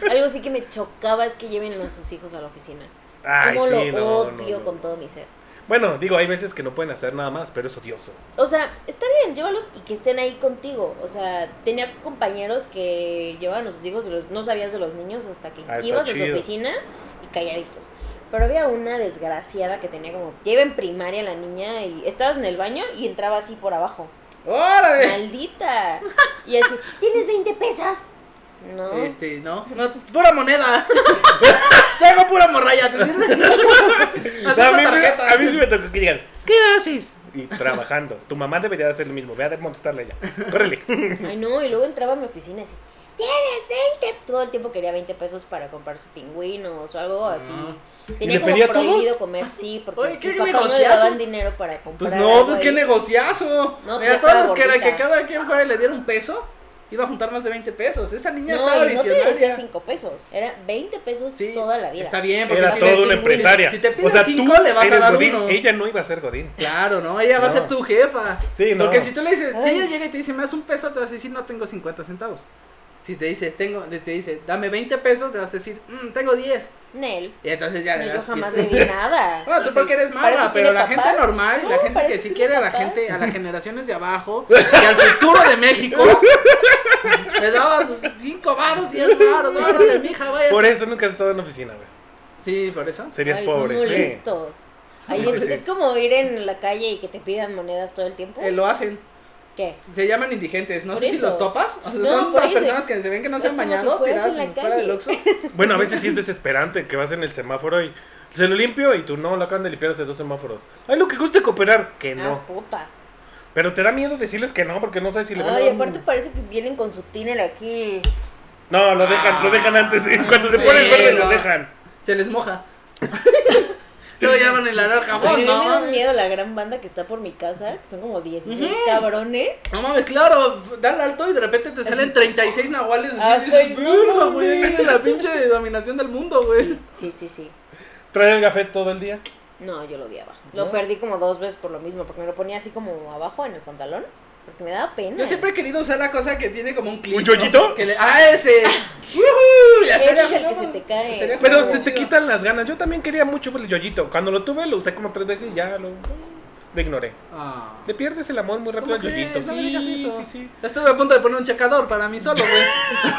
[SPEAKER 1] Algo sí que me chocaba es que lleven a sus hijos a la oficina.
[SPEAKER 2] Ay,
[SPEAKER 1] Como
[SPEAKER 2] sí,
[SPEAKER 1] lo
[SPEAKER 2] no, no,
[SPEAKER 1] odio
[SPEAKER 2] no.
[SPEAKER 1] con todo mi ser.
[SPEAKER 2] Bueno, digo, hay veces que no pueden hacer nada más, pero es odioso.
[SPEAKER 1] O sea, está bien, llévalos y que estén ahí contigo. O sea, tenía compañeros que llevaban a sus hijos, y los- no sabías de los niños hasta que
[SPEAKER 2] Ah, está
[SPEAKER 1] ibas a su
[SPEAKER 2] chido.
[SPEAKER 1] oficina y calladitos. Pero había una desgraciada que tenía como, ya iba en primaria la niña y estabas en el baño y entraba así por abajo.
[SPEAKER 3] ¡Órale!
[SPEAKER 1] ¡Maldita! Y así, ¿tienes 20 pesos? No.
[SPEAKER 3] Este, no, no, pura moneda. Tengo pura morralla, ¿te sirve?
[SPEAKER 2] O
[SPEAKER 3] Haz
[SPEAKER 2] sea, a, mí,
[SPEAKER 3] una tarjeta.
[SPEAKER 2] me- a mí sí me tocó que digan,
[SPEAKER 3] ¿Qué haces?
[SPEAKER 2] y trabajando. Tu mamá debería hacer lo mismo, ve a demostrarle ya. Córrele.
[SPEAKER 1] Ay, no, y luego entraba a mi oficina y así, ¿tienes 20? Todo el tiempo quería 20 pesos para comprarse pingüinos o
[SPEAKER 3] Ah.
[SPEAKER 1] algo así. Tenía
[SPEAKER 2] le
[SPEAKER 1] como
[SPEAKER 2] pedía a todos?
[SPEAKER 1] prohibido comer, sí, porque
[SPEAKER 3] Oye,
[SPEAKER 1] sus
[SPEAKER 3] ¿qué
[SPEAKER 1] papás no le
[SPEAKER 3] negociazo?
[SPEAKER 1] daban dinero para comprar.
[SPEAKER 3] Pues no,
[SPEAKER 1] algo
[SPEAKER 3] pues qué
[SPEAKER 1] ahí.
[SPEAKER 3] negociazo.
[SPEAKER 1] No, pues
[SPEAKER 3] Mira,
[SPEAKER 1] ya
[SPEAKER 3] todos
[SPEAKER 1] estaba
[SPEAKER 3] los que, era
[SPEAKER 1] gordita.
[SPEAKER 3] que cada quien fuera y le diera un peso, iba a juntar más de 20 pesos. Esa niña estaba
[SPEAKER 1] No, y no te
[SPEAKER 3] visionaria.
[SPEAKER 1] decía 5 pesos, era 20 pesos
[SPEAKER 3] Sí,
[SPEAKER 1] toda la vida.
[SPEAKER 3] Está bien, porque
[SPEAKER 2] Era
[SPEAKER 3] si
[SPEAKER 2] toda
[SPEAKER 3] te-
[SPEAKER 2] una
[SPEAKER 1] pingüino.
[SPEAKER 2] empresaria.
[SPEAKER 3] Si te piden
[SPEAKER 2] o sea,
[SPEAKER 3] cinco,
[SPEAKER 2] tú
[SPEAKER 3] le vas a
[SPEAKER 2] eres
[SPEAKER 3] dar
[SPEAKER 2] Godín.
[SPEAKER 3] uno.
[SPEAKER 2] Ella no iba a ser Godín.
[SPEAKER 3] Claro, ¿no? Ella va a
[SPEAKER 2] No.
[SPEAKER 3] ser tu jefa.
[SPEAKER 2] Sí, no.
[SPEAKER 3] Porque si tú le dices, si
[SPEAKER 1] Ay.
[SPEAKER 3] ella llega y te dice, me das un peso, te vas a decir, no tengo 50 centavos. Si te dices, tengo, te dice, dame 20 pesos, te vas a decir, "Mm, tengo 10.
[SPEAKER 1] Nel,
[SPEAKER 3] Y entonces ya le
[SPEAKER 1] ni
[SPEAKER 3] das
[SPEAKER 1] yo jamás
[SPEAKER 3] 10.
[SPEAKER 1] le di nada.
[SPEAKER 3] Bueno, tú
[SPEAKER 1] Sí,
[SPEAKER 3] porque eres
[SPEAKER 1] para eso
[SPEAKER 3] mala, pero
[SPEAKER 1] tiene
[SPEAKER 3] la
[SPEAKER 1] papás.
[SPEAKER 3] gente normal,
[SPEAKER 1] No,
[SPEAKER 3] la gente
[SPEAKER 1] para
[SPEAKER 3] que
[SPEAKER 1] eso
[SPEAKER 3] sí
[SPEAKER 1] tiene
[SPEAKER 3] quiere a la
[SPEAKER 1] papás.
[SPEAKER 3] gente, a las generaciones de abajo y al futuro de México, le daba sus 5 varos, 10 varos, órale, mija, vaya.
[SPEAKER 2] Por eso nunca has estado en oficina, güey.
[SPEAKER 3] Sí, por eso.
[SPEAKER 2] Serías
[SPEAKER 1] Ay,
[SPEAKER 2] pobre.
[SPEAKER 1] Son
[SPEAKER 2] sí.
[SPEAKER 1] muy listos. Ay,
[SPEAKER 2] Sí,
[SPEAKER 1] es,
[SPEAKER 2] sí, sí.
[SPEAKER 1] es como ir en la calle y que te pidan monedas todo el tiempo.
[SPEAKER 3] Eh, lo hacen,
[SPEAKER 1] ¿Qué?
[SPEAKER 3] se llaman indigentes, no
[SPEAKER 1] Por
[SPEAKER 3] sé si
[SPEAKER 1] eso.
[SPEAKER 3] los topas, o sea,
[SPEAKER 1] No,
[SPEAKER 3] son
[SPEAKER 1] por
[SPEAKER 3] las
[SPEAKER 1] eso.
[SPEAKER 3] personas que se ven que no se
[SPEAKER 1] Es
[SPEAKER 3] han
[SPEAKER 1] como si
[SPEAKER 3] bañado,
[SPEAKER 1] fueras
[SPEAKER 3] tiradas
[SPEAKER 1] en la
[SPEAKER 3] en fuera
[SPEAKER 1] calle.
[SPEAKER 3] del Oxxo.
[SPEAKER 2] Bueno, a veces sí es desesperante que vas en el semáforo y se lo limpio y tú no, lo acaban de limpiar hace dos semáforos. Ay, lo que guste cooperar. Que no.
[SPEAKER 1] Ah, puta.
[SPEAKER 2] Pero te da miedo decirles que no, porque no sabes si le van a
[SPEAKER 1] Ay,
[SPEAKER 2] dar un-
[SPEAKER 1] aparte parece que vienen con su tiner aquí.
[SPEAKER 2] No, lo dejan, lo dejan antes. En cuanto se
[SPEAKER 3] Sí,
[SPEAKER 2] pone el verde, lo
[SPEAKER 3] no.
[SPEAKER 2] dejan.
[SPEAKER 3] Se les moja. Luego llaman el arar
[SPEAKER 1] A
[SPEAKER 2] "Oh,
[SPEAKER 1] mí me
[SPEAKER 3] jabón,
[SPEAKER 1] da
[SPEAKER 3] ¿no?
[SPEAKER 1] miedo la gran banda que está por mi casa, que son como 16 cabrones.
[SPEAKER 3] No mames, claro, dale alto y de repente te salen 36 nahuales
[SPEAKER 1] Ajá,
[SPEAKER 3] así. dices,
[SPEAKER 1] Ah, no
[SPEAKER 3] "Verga,
[SPEAKER 1] mames".
[SPEAKER 3] güey, viene la pinche dominación del mundo, güey.
[SPEAKER 1] Sí, sí, sí, sí.
[SPEAKER 2] Trae el café todo el día.
[SPEAKER 1] No, yo lo odiaba. Lo perdí como dos veces por lo mismo, porque me lo ponía así como abajo en el pantalón, porque me daba pena.
[SPEAKER 3] Yo siempre he querido usar la cosa que tiene como un clip.
[SPEAKER 2] ¿Un
[SPEAKER 3] ¿no?
[SPEAKER 2] yoyito?
[SPEAKER 3] Que le- Ah, ese. ¡Yujú! Ya
[SPEAKER 1] Ese
[SPEAKER 3] estaría
[SPEAKER 1] es el que
[SPEAKER 3] jugando.
[SPEAKER 1] se te cae.
[SPEAKER 3] Estaría jugando
[SPEAKER 2] Pero se te
[SPEAKER 3] chido.
[SPEAKER 2] quitan las ganas. Yo también quería mucho el yoyito. Cuando lo tuve, lo usé como tres veces y ya lo, lo ignoré.
[SPEAKER 3] Ah.
[SPEAKER 2] Le pierdes el amor muy rápido al
[SPEAKER 3] ¿Cómo crees?
[SPEAKER 2] yoyito.
[SPEAKER 3] No me digas
[SPEAKER 2] sí,
[SPEAKER 3] eso.
[SPEAKER 2] sí, sí.
[SPEAKER 3] Estuve a punto de poner un checador para mí solo, güey.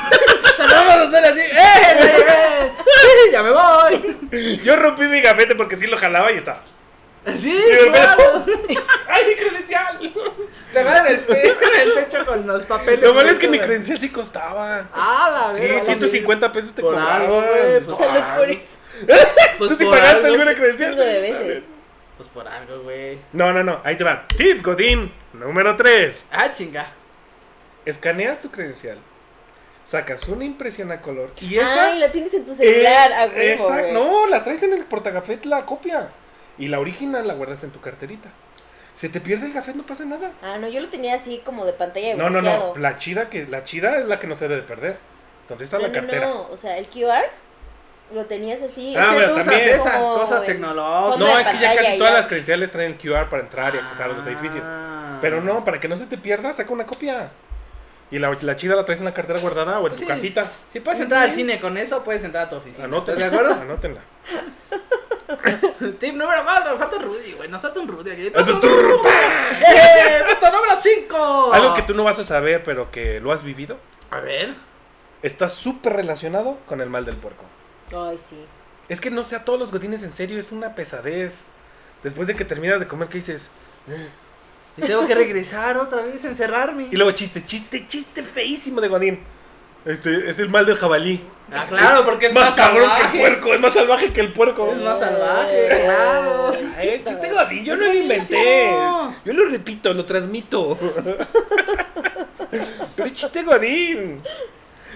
[SPEAKER 3] Pero vamos a hacer así. ¡Eh! eh, eh! ¡Ya me voy!
[SPEAKER 2] Yo rompí mi gafete porque sí lo jalaba y estaba.
[SPEAKER 3] Sí,
[SPEAKER 2] Y de
[SPEAKER 3] claro.
[SPEAKER 2] ¡Ay, mi credencial!
[SPEAKER 3] Te van el, pe el pecho con los papeles.
[SPEAKER 2] Lo malo es que mi
[SPEAKER 3] güey.
[SPEAKER 2] credencial sí costaba.
[SPEAKER 3] Ah, la
[SPEAKER 2] Sí,
[SPEAKER 3] verga.
[SPEAKER 2] 150 pesos te
[SPEAKER 3] Por
[SPEAKER 2] cobraban.
[SPEAKER 3] algo, güey,
[SPEAKER 1] O
[SPEAKER 2] Pues,
[SPEAKER 1] sea, lo por eso.
[SPEAKER 2] ¿Tú
[SPEAKER 3] Pues
[SPEAKER 2] sí
[SPEAKER 3] por
[SPEAKER 2] pagaste
[SPEAKER 3] algo.
[SPEAKER 2] alguna credencial?
[SPEAKER 1] Chingo de veces.
[SPEAKER 3] Pues por algo, güey.
[SPEAKER 2] No, no, no. Ahí te va. Tip Godín número 3.
[SPEAKER 3] Ah, chinga.
[SPEAKER 2] Escaneas tu credencial. Sacas una impresión a color. Y esa.
[SPEAKER 1] Ay, la tienes en tu celular,
[SPEAKER 2] Eh,
[SPEAKER 1] a huevo,
[SPEAKER 2] esa-
[SPEAKER 1] güey.
[SPEAKER 2] No, la traes en el portagafet la copia. Y la original la guardas en tu carterita. Se te pierde el gafet, no pasa nada.
[SPEAKER 1] Ah, no, yo lo tenía así como de pantalla de
[SPEAKER 2] No, no, no.
[SPEAKER 1] bloqueado.
[SPEAKER 2] La chida, que, la chida es la que no se debe de perder. Entonces está la
[SPEAKER 1] no,
[SPEAKER 2] cartera.
[SPEAKER 1] No, o sea, el QR lo tenías así.
[SPEAKER 2] Ah,
[SPEAKER 1] o sea,
[SPEAKER 2] bueno,
[SPEAKER 3] tú usas
[SPEAKER 2] también.
[SPEAKER 3] esas
[SPEAKER 1] Como
[SPEAKER 3] cosas
[SPEAKER 1] en-
[SPEAKER 3] tecnológicas.
[SPEAKER 1] Fondo
[SPEAKER 2] No,
[SPEAKER 1] de
[SPEAKER 2] es que ya
[SPEAKER 1] pantalla
[SPEAKER 2] casi
[SPEAKER 1] y
[SPEAKER 2] todas
[SPEAKER 1] ya.
[SPEAKER 2] las credenciales traen el QR para entrar y accesar a los edificios.
[SPEAKER 3] Ah.
[SPEAKER 2] Pero no, para que no se te pierda, saca una copia. Y la, la chida la traes en la cartera guardada o en tu
[SPEAKER 3] Pues sí,
[SPEAKER 2] casita.
[SPEAKER 3] Si puedes entrar al cine con eso, puedes entrar a tu oficina. ¿Estás
[SPEAKER 2] Anótenla.
[SPEAKER 3] de acuerdo?
[SPEAKER 2] Anótenla.
[SPEAKER 3] Tip número 4. Falta Rudy, güey. Nos falta un Rudy aquí. ¡Eh! ¡Punto número 5!
[SPEAKER 2] Algo que tú no vas a saber, pero que lo has vivido.
[SPEAKER 3] A ver.
[SPEAKER 2] está súper relacionado con el mal del puerco.
[SPEAKER 1] Ay, sí.
[SPEAKER 2] Es que no sé a todos los godines en serio, es una pesadez. Después de que terminas de comer, ¿qué dices?
[SPEAKER 3] Y tengo que regresar otra vez a encerrarme.
[SPEAKER 2] Y luego chiste, chiste, chiste feísimo de godín. Este, es el mal del jabalí.
[SPEAKER 3] Ah, claro, porque es
[SPEAKER 2] más,
[SPEAKER 3] más,
[SPEAKER 2] cabrón que el
[SPEAKER 3] salvaje.
[SPEAKER 2] puerco, es más salvaje que el puerco.
[SPEAKER 3] Es más salvaje, claro.
[SPEAKER 2] Ay, chiste godín, yo no lo inventé.
[SPEAKER 3] buenísimo.
[SPEAKER 2] Yo lo repito, lo transmito. Pero es chiste godín.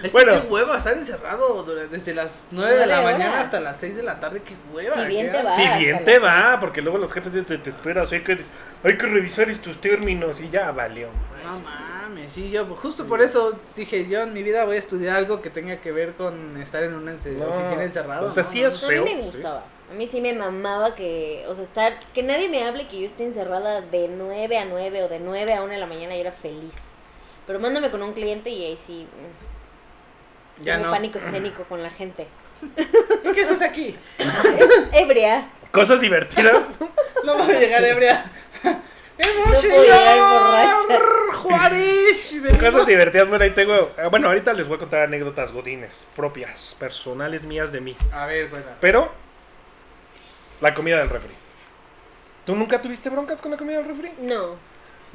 [SPEAKER 3] Es
[SPEAKER 2] Bueno.
[SPEAKER 3] que qué hueva estar encerrado dura- desde las 9 de
[SPEAKER 1] Nueve
[SPEAKER 3] la
[SPEAKER 1] horas.
[SPEAKER 3] mañana hasta las 6 de la tarde. Qué hueva.
[SPEAKER 1] Si bien
[SPEAKER 3] qué
[SPEAKER 1] te
[SPEAKER 3] ganas.
[SPEAKER 1] va.
[SPEAKER 2] Si
[SPEAKER 1] hasta
[SPEAKER 2] bien
[SPEAKER 1] las
[SPEAKER 2] te
[SPEAKER 1] seis.
[SPEAKER 2] va, porque luego los jefes dicen, te, te esperas, hay que, hay que revisar estos términos y ya valió.
[SPEAKER 3] No mames, sí, yo justo por eso dije, yo en mi vida voy a estudiar algo que tenga que ver con estar en una ence-
[SPEAKER 2] No,
[SPEAKER 3] oficina encerrado.
[SPEAKER 2] o sea,
[SPEAKER 3] ¿no?
[SPEAKER 2] sí es-
[SPEAKER 1] A mí
[SPEAKER 2] Feo,
[SPEAKER 1] Pues me
[SPEAKER 2] sí.
[SPEAKER 1] gustaba. A mí sí me mamaba que, o sea, estar, que nadie me hable que yo esté encerrada de 9 a 9 o de 9 a 1 de la mañana y era feliz. Pero mándame con un cliente y ahí sí. mm,
[SPEAKER 3] Ya
[SPEAKER 1] tengo
[SPEAKER 3] no.
[SPEAKER 1] pánico escénico con la gente.
[SPEAKER 3] ¿Y qué haces aquí?
[SPEAKER 1] Ebria.
[SPEAKER 2] Cosas divertidas.
[SPEAKER 3] No voy a llegar ebria.
[SPEAKER 1] No
[SPEAKER 3] ¡Hemos
[SPEAKER 1] puedo llegar borracha.
[SPEAKER 3] Juárez!
[SPEAKER 2] Cosas divertidas, bueno, ahí tengo. eh, Bueno, ahorita les voy a contar anécdotas godines, propias, personales mías de mí.
[SPEAKER 3] A ver, cuenta.
[SPEAKER 2] Pero, la comida del refri. ¿Tú nunca tuviste broncas con la comida del refri?
[SPEAKER 1] No.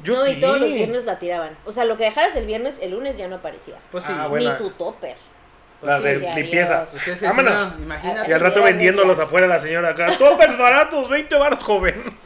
[SPEAKER 2] Yo
[SPEAKER 1] no,
[SPEAKER 2] sí.
[SPEAKER 1] y todos los viernes la tiraban. O sea, lo que dejaras el viernes, el lunes ya no aparecía.
[SPEAKER 3] Pues sí.
[SPEAKER 2] Ah, bueno. Buena.
[SPEAKER 1] Ni tu topper.
[SPEAKER 2] La
[SPEAKER 1] Sí,
[SPEAKER 2] de
[SPEAKER 1] sí,
[SPEAKER 2] limpieza.
[SPEAKER 1] adiós.
[SPEAKER 3] Pues es que si
[SPEAKER 2] Vámonos.
[SPEAKER 3] no, imagínate.
[SPEAKER 2] Y al rato
[SPEAKER 1] Mira,
[SPEAKER 2] vendiéndolos
[SPEAKER 1] mira.
[SPEAKER 2] afuera la señora acá. Toppers baratos, 20 baros, joven.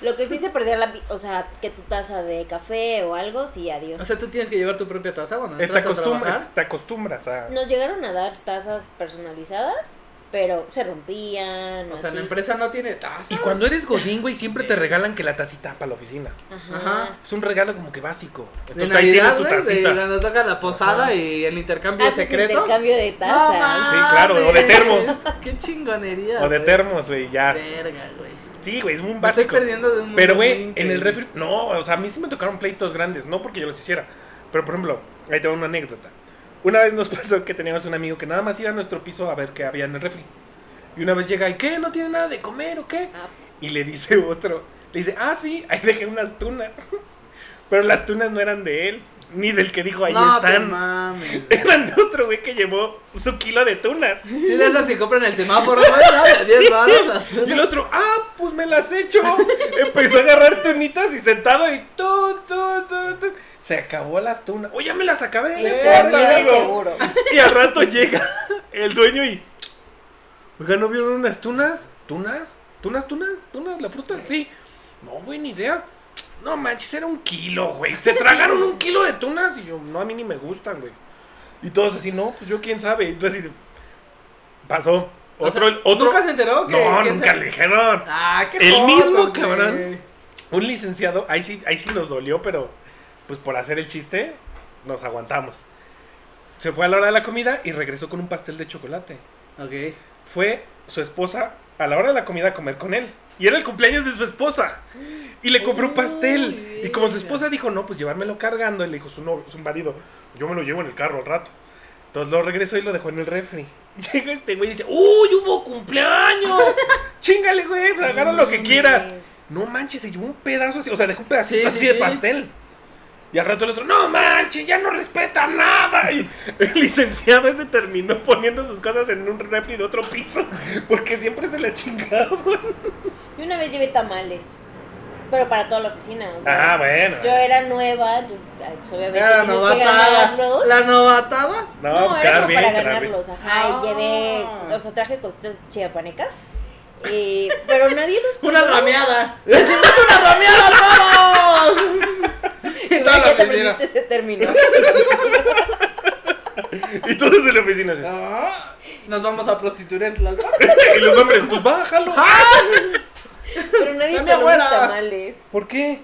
[SPEAKER 1] Lo que sí se perdía, la, pi- o sea, que tu taza de café o algo, sí, adiós.
[SPEAKER 3] O sea, tú tienes que llevar tu propia taza cuando
[SPEAKER 2] Eh, Te
[SPEAKER 3] entras a trabajar.
[SPEAKER 2] acostumbras, te acostumbras a.
[SPEAKER 1] Nos llegaron a dar tazas personalizadas, pero se rompían.
[SPEAKER 3] O sea, la
[SPEAKER 1] así.
[SPEAKER 3] empresa no tiene taza.
[SPEAKER 2] Y cuando eres godín, güey, siempre te regalan que la tacita para la oficina.
[SPEAKER 1] Ajá.
[SPEAKER 3] Ajá.
[SPEAKER 2] Es un regalo como que básico.
[SPEAKER 3] De
[SPEAKER 2] Entonces ahí tienes
[SPEAKER 3] Navidad,
[SPEAKER 2] tu
[SPEAKER 3] güey, de
[SPEAKER 2] tacita.
[SPEAKER 3] cuando toca la posada y el intercambio
[SPEAKER 1] Haces
[SPEAKER 3] secreto.
[SPEAKER 1] Ah, intercambio de tazas.
[SPEAKER 2] Sí, claro, o de termos.
[SPEAKER 3] Qué chingonería.
[SPEAKER 2] O de
[SPEAKER 3] güey.
[SPEAKER 2] termos, güey, ya.
[SPEAKER 3] Verga, güey.
[SPEAKER 2] Sí, güey, es un
[SPEAKER 3] Me estoy
[SPEAKER 2] básico.
[SPEAKER 3] perdiendo de un mundo
[SPEAKER 2] Pero, güey,
[SPEAKER 3] muy
[SPEAKER 2] en el
[SPEAKER 3] increíble.
[SPEAKER 2] refri. No, o sea, a mí sí me tocaron pleitos grandes, no porque yo los hiciera. Pero, por ejemplo, ahí te va una anécdota. Una vez nos pasó que teníamos un amigo que nada más iba a nuestro piso a ver qué había en el refri. Y una vez llega, ¿y qué? ¿No tiene nada de comer o qué?
[SPEAKER 1] Ah,
[SPEAKER 2] Y le dice otro, le dice, ah, sí, ahí dejé unas tunas. Pero las tunas no eran de él, ni del que dijo, ahí
[SPEAKER 3] No te
[SPEAKER 2] están.
[SPEAKER 3] mames.
[SPEAKER 2] Eran de otro güey que llevó su kilo de tunas.
[SPEAKER 3] Si de esas que compran el semáforo, güey, ¿no? De 10 baros. las-
[SPEAKER 2] Y el otro, ah, pues me las echo. Empezó a agarrar tunitas y sentado y tu, tu, tu, tu. Se acabó las tunas. Oye, ya me las acabé.
[SPEAKER 1] este,
[SPEAKER 2] eh,
[SPEAKER 1] bien
[SPEAKER 2] claro.
[SPEAKER 1] seguro.
[SPEAKER 2] Y al rato llega el dueño y. Oiga, ¿no vieron unas tunas? ¿Tunas? ¿Tunas, tunas? ¿Tunas? ¿La fruta? Sí. No, güey, ni idea. No manches, era un kilo, güey. Se tragaron un kilo de tunas y yo, no, a mí ni me gustan, güey. Y todos así, no, pues yo quién sabe. Entonces, así, pasó.
[SPEAKER 3] O sea,
[SPEAKER 2] Otro, otro.
[SPEAKER 3] ¿Nunca se enteró? Que,
[SPEAKER 2] No,
[SPEAKER 3] que
[SPEAKER 2] nunca
[SPEAKER 3] se-
[SPEAKER 2] le dijeron.
[SPEAKER 3] Ah, qué
[SPEAKER 2] El
[SPEAKER 3] jodas,
[SPEAKER 2] mismo
[SPEAKER 3] güey.
[SPEAKER 2] cabrón. Un licenciado, ahí sí, ahí sí nos dolió, pero pues por hacer el chiste, nos aguantamos. Se fue a la hora de la comida y regresó con un pastel de chocolate.
[SPEAKER 3] Ok.
[SPEAKER 2] Fue su esposa a la hora de la comida a comer con él. Y era el cumpleaños de su esposa. Y le compró un pastel.
[SPEAKER 3] Uy,
[SPEAKER 2] Y como su
[SPEAKER 3] verga.
[SPEAKER 2] esposa dijo, no, pues llevármelo cargando, y le dijo su, novio, su marido, yo me lo llevo en el carro al rato. Entonces lo regresó y lo dejó en el refri. Llega este güey y dice, ¡Uy, hubo cumpleaños! ¡Chingale, güey! pues, Agarra lo que quieras. No manches, se llevó un pedazo así, o sea, dejó un pedacito
[SPEAKER 3] Sí,
[SPEAKER 2] así
[SPEAKER 3] sí,
[SPEAKER 2] de
[SPEAKER 3] sí.
[SPEAKER 2] pastel. Y al rato el otro, no manches, ya no respeta nada. Y el licenciado ese terminó poniendo sus cosas en un refri de otro piso, porque siempre se la chingaban.
[SPEAKER 1] Yo una vez llevé tamales, pero para toda la oficina. O sea,
[SPEAKER 2] Ah, bueno.
[SPEAKER 1] Yo era nueva, entonces ay, pues, obviamente
[SPEAKER 3] Era la
[SPEAKER 1] tienes que
[SPEAKER 3] novatada.
[SPEAKER 1] ganarlos.
[SPEAKER 3] La novatada.
[SPEAKER 2] No,
[SPEAKER 1] No,
[SPEAKER 2] pues,
[SPEAKER 1] era
[SPEAKER 2] quedar
[SPEAKER 1] como
[SPEAKER 2] bien,
[SPEAKER 1] para
[SPEAKER 2] quedar bien.
[SPEAKER 1] ganarlos, ajá,
[SPEAKER 3] Ah.
[SPEAKER 1] y llevé, o sea, traje cositas chiapanecas, eh, pero nadie los
[SPEAKER 3] Una
[SPEAKER 1] probó.
[SPEAKER 3] rameada. ¡Les invito una rameada a todos! Y toda
[SPEAKER 1] Mira
[SPEAKER 3] la
[SPEAKER 1] que te
[SPEAKER 3] oficina.
[SPEAKER 1] aprendiste ese término.
[SPEAKER 2] Y todos en la oficina así.
[SPEAKER 3] Ah, Nos vamos a prostituir en la
[SPEAKER 2] Y los hombres, pues bájalo.
[SPEAKER 1] Ah. Pero nadie
[SPEAKER 3] Soy mi
[SPEAKER 1] probó los
[SPEAKER 3] abuela.
[SPEAKER 1] tamales.
[SPEAKER 2] ¿Por qué?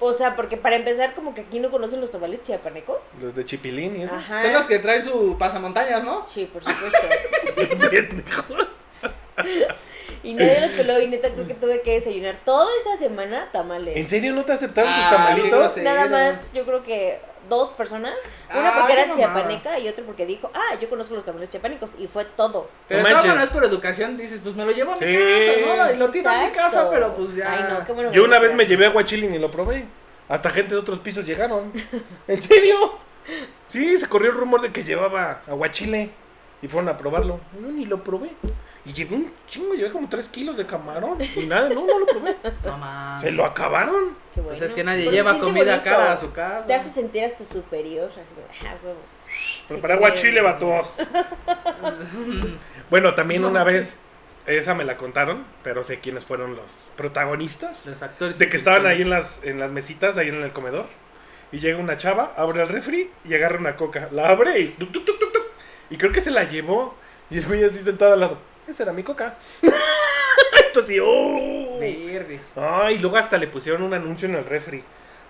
[SPEAKER 1] O sea, porque para empezar, como que aquí no conocen los tamales chiapanecos.
[SPEAKER 2] Los de Chipilín y eso.
[SPEAKER 1] Ajá.
[SPEAKER 3] Son los que traen su pasamontañas, ¿no?
[SPEAKER 1] Sí, por supuesto.
[SPEAKER 2] Pendejo.
[SPEAKER 1] Y nadie los peló y neta creo que tuve que desayunar toda esa semana tamales.
[SPEAKER 2] ¿En serio no te aceptaron tus
[SPEAKER 3] Ah, qué
[SPEAKER 2] tamalitos?
[SPEAKER 3] grosero.
[SPEAKER 1] Nada más, yo creo que dos personas, una
[SPEAKER 3] Ah,
[SPEAKER 1] porque era
[SPEAKER 3] qué mamada.
[SPEAKER 1] chiapaneca y otra porque dijo, ah, yo conozco los tamales chiapanecos y fue todo.
[SPEAKER 3] Pero
[SPEAKER 2] No
[SPEAKER 3] de todas
[SPEAKER 2] manches.
[SPEAKER 3] maneras por educación dices, pues me lo llevo a mi
[SPEAKER 2] Sí.
[SPEAKER 3] casa, ¿no? Y lo tiro a mi casa,
[SPEAKER 1] Exacto.
[SPEAKER 3] pero pues ya.
[SPEAKER 1] Ay, no, qué bueno.
[SPEAKER 2] Yo una vez me
[SPEAKER 1] llevé
[SPEAKER 2] llevé a Guachilin y lo probé. Hasta gente de otros pisos llegaron. ¿En serio? Sí, se corrió el rumor de que llevaba aguachile y fueron a probarlo. Yo ni lo probé. Y llevé un chingo, llevé como 3 kilos de camarón y nada, no, no lo probé.
[SPEAKER 3] No mames.
[SPEAKER 2] Se lo acabaron.
[SPEAKER 1] Qué
[SPEAKER 3] Pues
[SPEAKER 1] bueno.
[SPEAKER 3] es que nadie
[SPEAKER 1] Porque
[SPEAKER 3] lleva
[SPEAKER 1] siente
[SPEAKER 3] comida
[SPEAKER 1] bonito.
[SPEAKER 3] cara a su casa.
[SPEAKER 1] Te hace sentir hasta superior, así como, ah, huevo.
[SPEAKER 2] Preparé aguachile, vatos. Bueno, también una vez, esa me la contaron, pero sé quiénes fueron los protagonistas.
[SPEAKER 3] Los actores.
[SPEAKER 2] De que estaban ahí en las, en las mesitas, ahí en el comedor. Y llega una chava, abre el refri y agarra una coca. La abre y. tuc, tuc, tuc, tuc, tuc. y creo que se la llevó. Y el güey así sentado al lado. Esa era mi coca. Esto sí. ¡oh!
[SPEAKER 3] Verde.
[SPEAKER 2] Ay, luego hasta le pusieron un anuncio en el refri.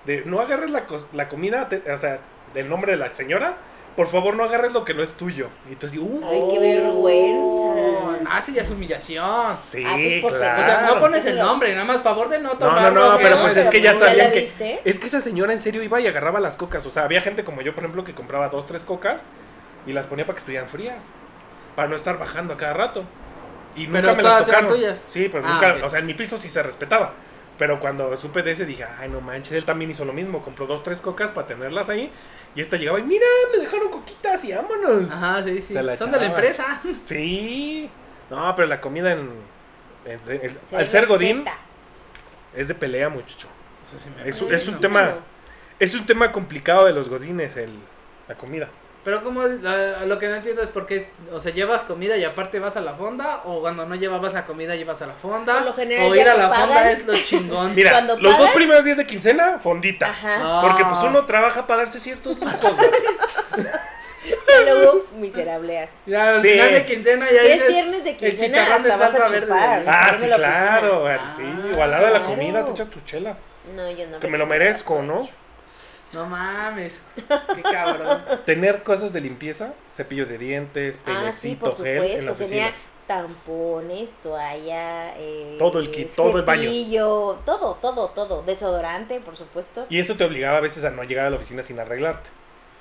[SPEAKER 2] De no agarres la, cos- la comida, te- o sea, del nombre de la señora. Por favor, no agarres lo que no es tuyo. Y tú así, ¡uh!
[SPEAKER 1] Ay, qué vergüenza.
[SPEAKER 3] Ah, sí, ya es humillación.
[SPEAKER 2] Sí,
[SPEAKER 1] Ah, pues, por-
[SPEAKER 2] claro.
[SPEAKER 3] O sea, no pones el
[SPEAKER 1] Eso-
[SPEAKER 3] nombre, nada más favor de no
[SPEAKER 2] No,
[SPEAKER 3] tomar.
[SPEAKER 2] no, no, pero pues es que ya
[SPEAKER 1] ¿Ya
[SPEAKER 2] sabían
[SPEAKER 1] la
[SPEAKER 2] que-
[SPEAKER 1] viste?
[SPEAKER 2] Es que esa señora en serio iba y agarraba las cocas. O sea, había gente como yo, por ejemplo, que compraba dos, tres cocas y las ponía para que estuvieran frías. Para no estar bajando a cada rato. Y nunca
[SPEAKER 3] Pero
[SPEAKER 2] me las
[SPEAKER 3] todas eran
[SPEAKER 2] tocaron.
[SPEAKER 3] tuyas.
[SPEAKER 2] Sí, pero
[SPEAKER 3] Ah,
[SPEAKER 2] nunca.
[SPEAKER 3] ok.
[SPEAKER 2] O sea, en mi piso sí se respetaba. Pero cuando supe de ese dije, ay, no manches, él también hizo lo mismo. Compró dos, tres cocas para tenerlas ahí. Y esta llegaba y, mira, me dejaron coquitas y vámonos.
[SPEAKER 3] Ajá, sí, sí.
[SPEAKER 2] Se la
[SPEAKER 3] Son de la
[SPEAKER 2] echaban.
[SPEAKER 3] empresa.
[SPEAKER 2] Sí. No, pero la comida en. en- en-
[SPEAKER 1] Se
[SPEAKER 2] al ser Godín
[SPEAKER 1] respeta.
[SPEAKER 2] es de pelea, muchacho. Es, un-
[SPEAKER 1] Ay,
[SPEAKER 2] es un
[SPEAKER 1] no.
[SPEAKER 2] tema. Es un tema complicado de los godines, el, la comida.
[SPEAKER 3] Pero como la- lo que no entiendo es por qué, o sea, llevas comida y aparte vas a la fonda, o cuando no llevabas la comida llevas a la fonda,
[SPEAKER 1] Por lo general
[SPEAKER 3] o
[SPEAKER 1] ya
[SPEAKER 3] ir a
[SPEAKER 1] te
[SPEAKER 3] la
[SPEAKER 1] pagan.
[SPEAKER 3] fonda es lo chingón.
[SPEAKER 2] Mira,
[SPEAKER 1] Cuando
[SPEAKER 2] los dos
[SPEAKER 1] pagan-
[SPEAKER 2] primeros días de quincena, fondita.
[SPEAKER 1] Ajá.
[SPEAKER 3] Ah.
[SPEAKER 2] Porque pues uno trabaja para darse ciertos lujos. güey.
[SPEAKER 1] Y luego miserableas.
[SPEAKER 3] Ya, al
[SPEAKER 2] Sí.
[SPEAKER 3] final de quincena ya
[SPEAKER 1] Si es
[SPEAKER 3] dices,
[SPEAKER 1] viernes de
[SPEAKER 3] el
[SPEAKER 1] quincena,
[SPEAKER 3] chicharrón de
[SPEAKER 1] hasta vas a
[SPEAKER 3] salsa verde.
[SPEAKER 1] chupar.
[SPEAKER 2] ah,
[SPEAKER 1] Yo
[SPEAKER 2] sí,
[SPEAKER 1] me lo oficina.
[SPEAKER 2] claro. sí, igualada la
[SPEAKER 1] claro.
[SPEAKER 2] comida, te echas tus chelas.
[SPEAKER 1] No, yo no.
[SPEAKER 2] Que me lo merezco, ¿no?
[SPEAKER 3] no mames, qué cabrón.
[SPEAKER 2] Tener cosas de limpieza, cepillo de dientes,
[SPEAKER 1] Ah, sí,
[SPEAKER 2] peinecito,
[SPEAKER 1] por
[SPEAKER 2] gel en la
[SPEAKER 1] supuesto.
[SPEAKER 2] oficina.
[SPEAKER 1] Tenía tampones, toalla, eh,
[SPEAKER 2] Todo el kit, todo el baño.
[SPEAKER 1] cepillo, todo, todo, todo. Desodorante, por supuesto.
[SPEAKER 2] Y eso te obligaba a veces a no llegar a la oficina sin arreglarte.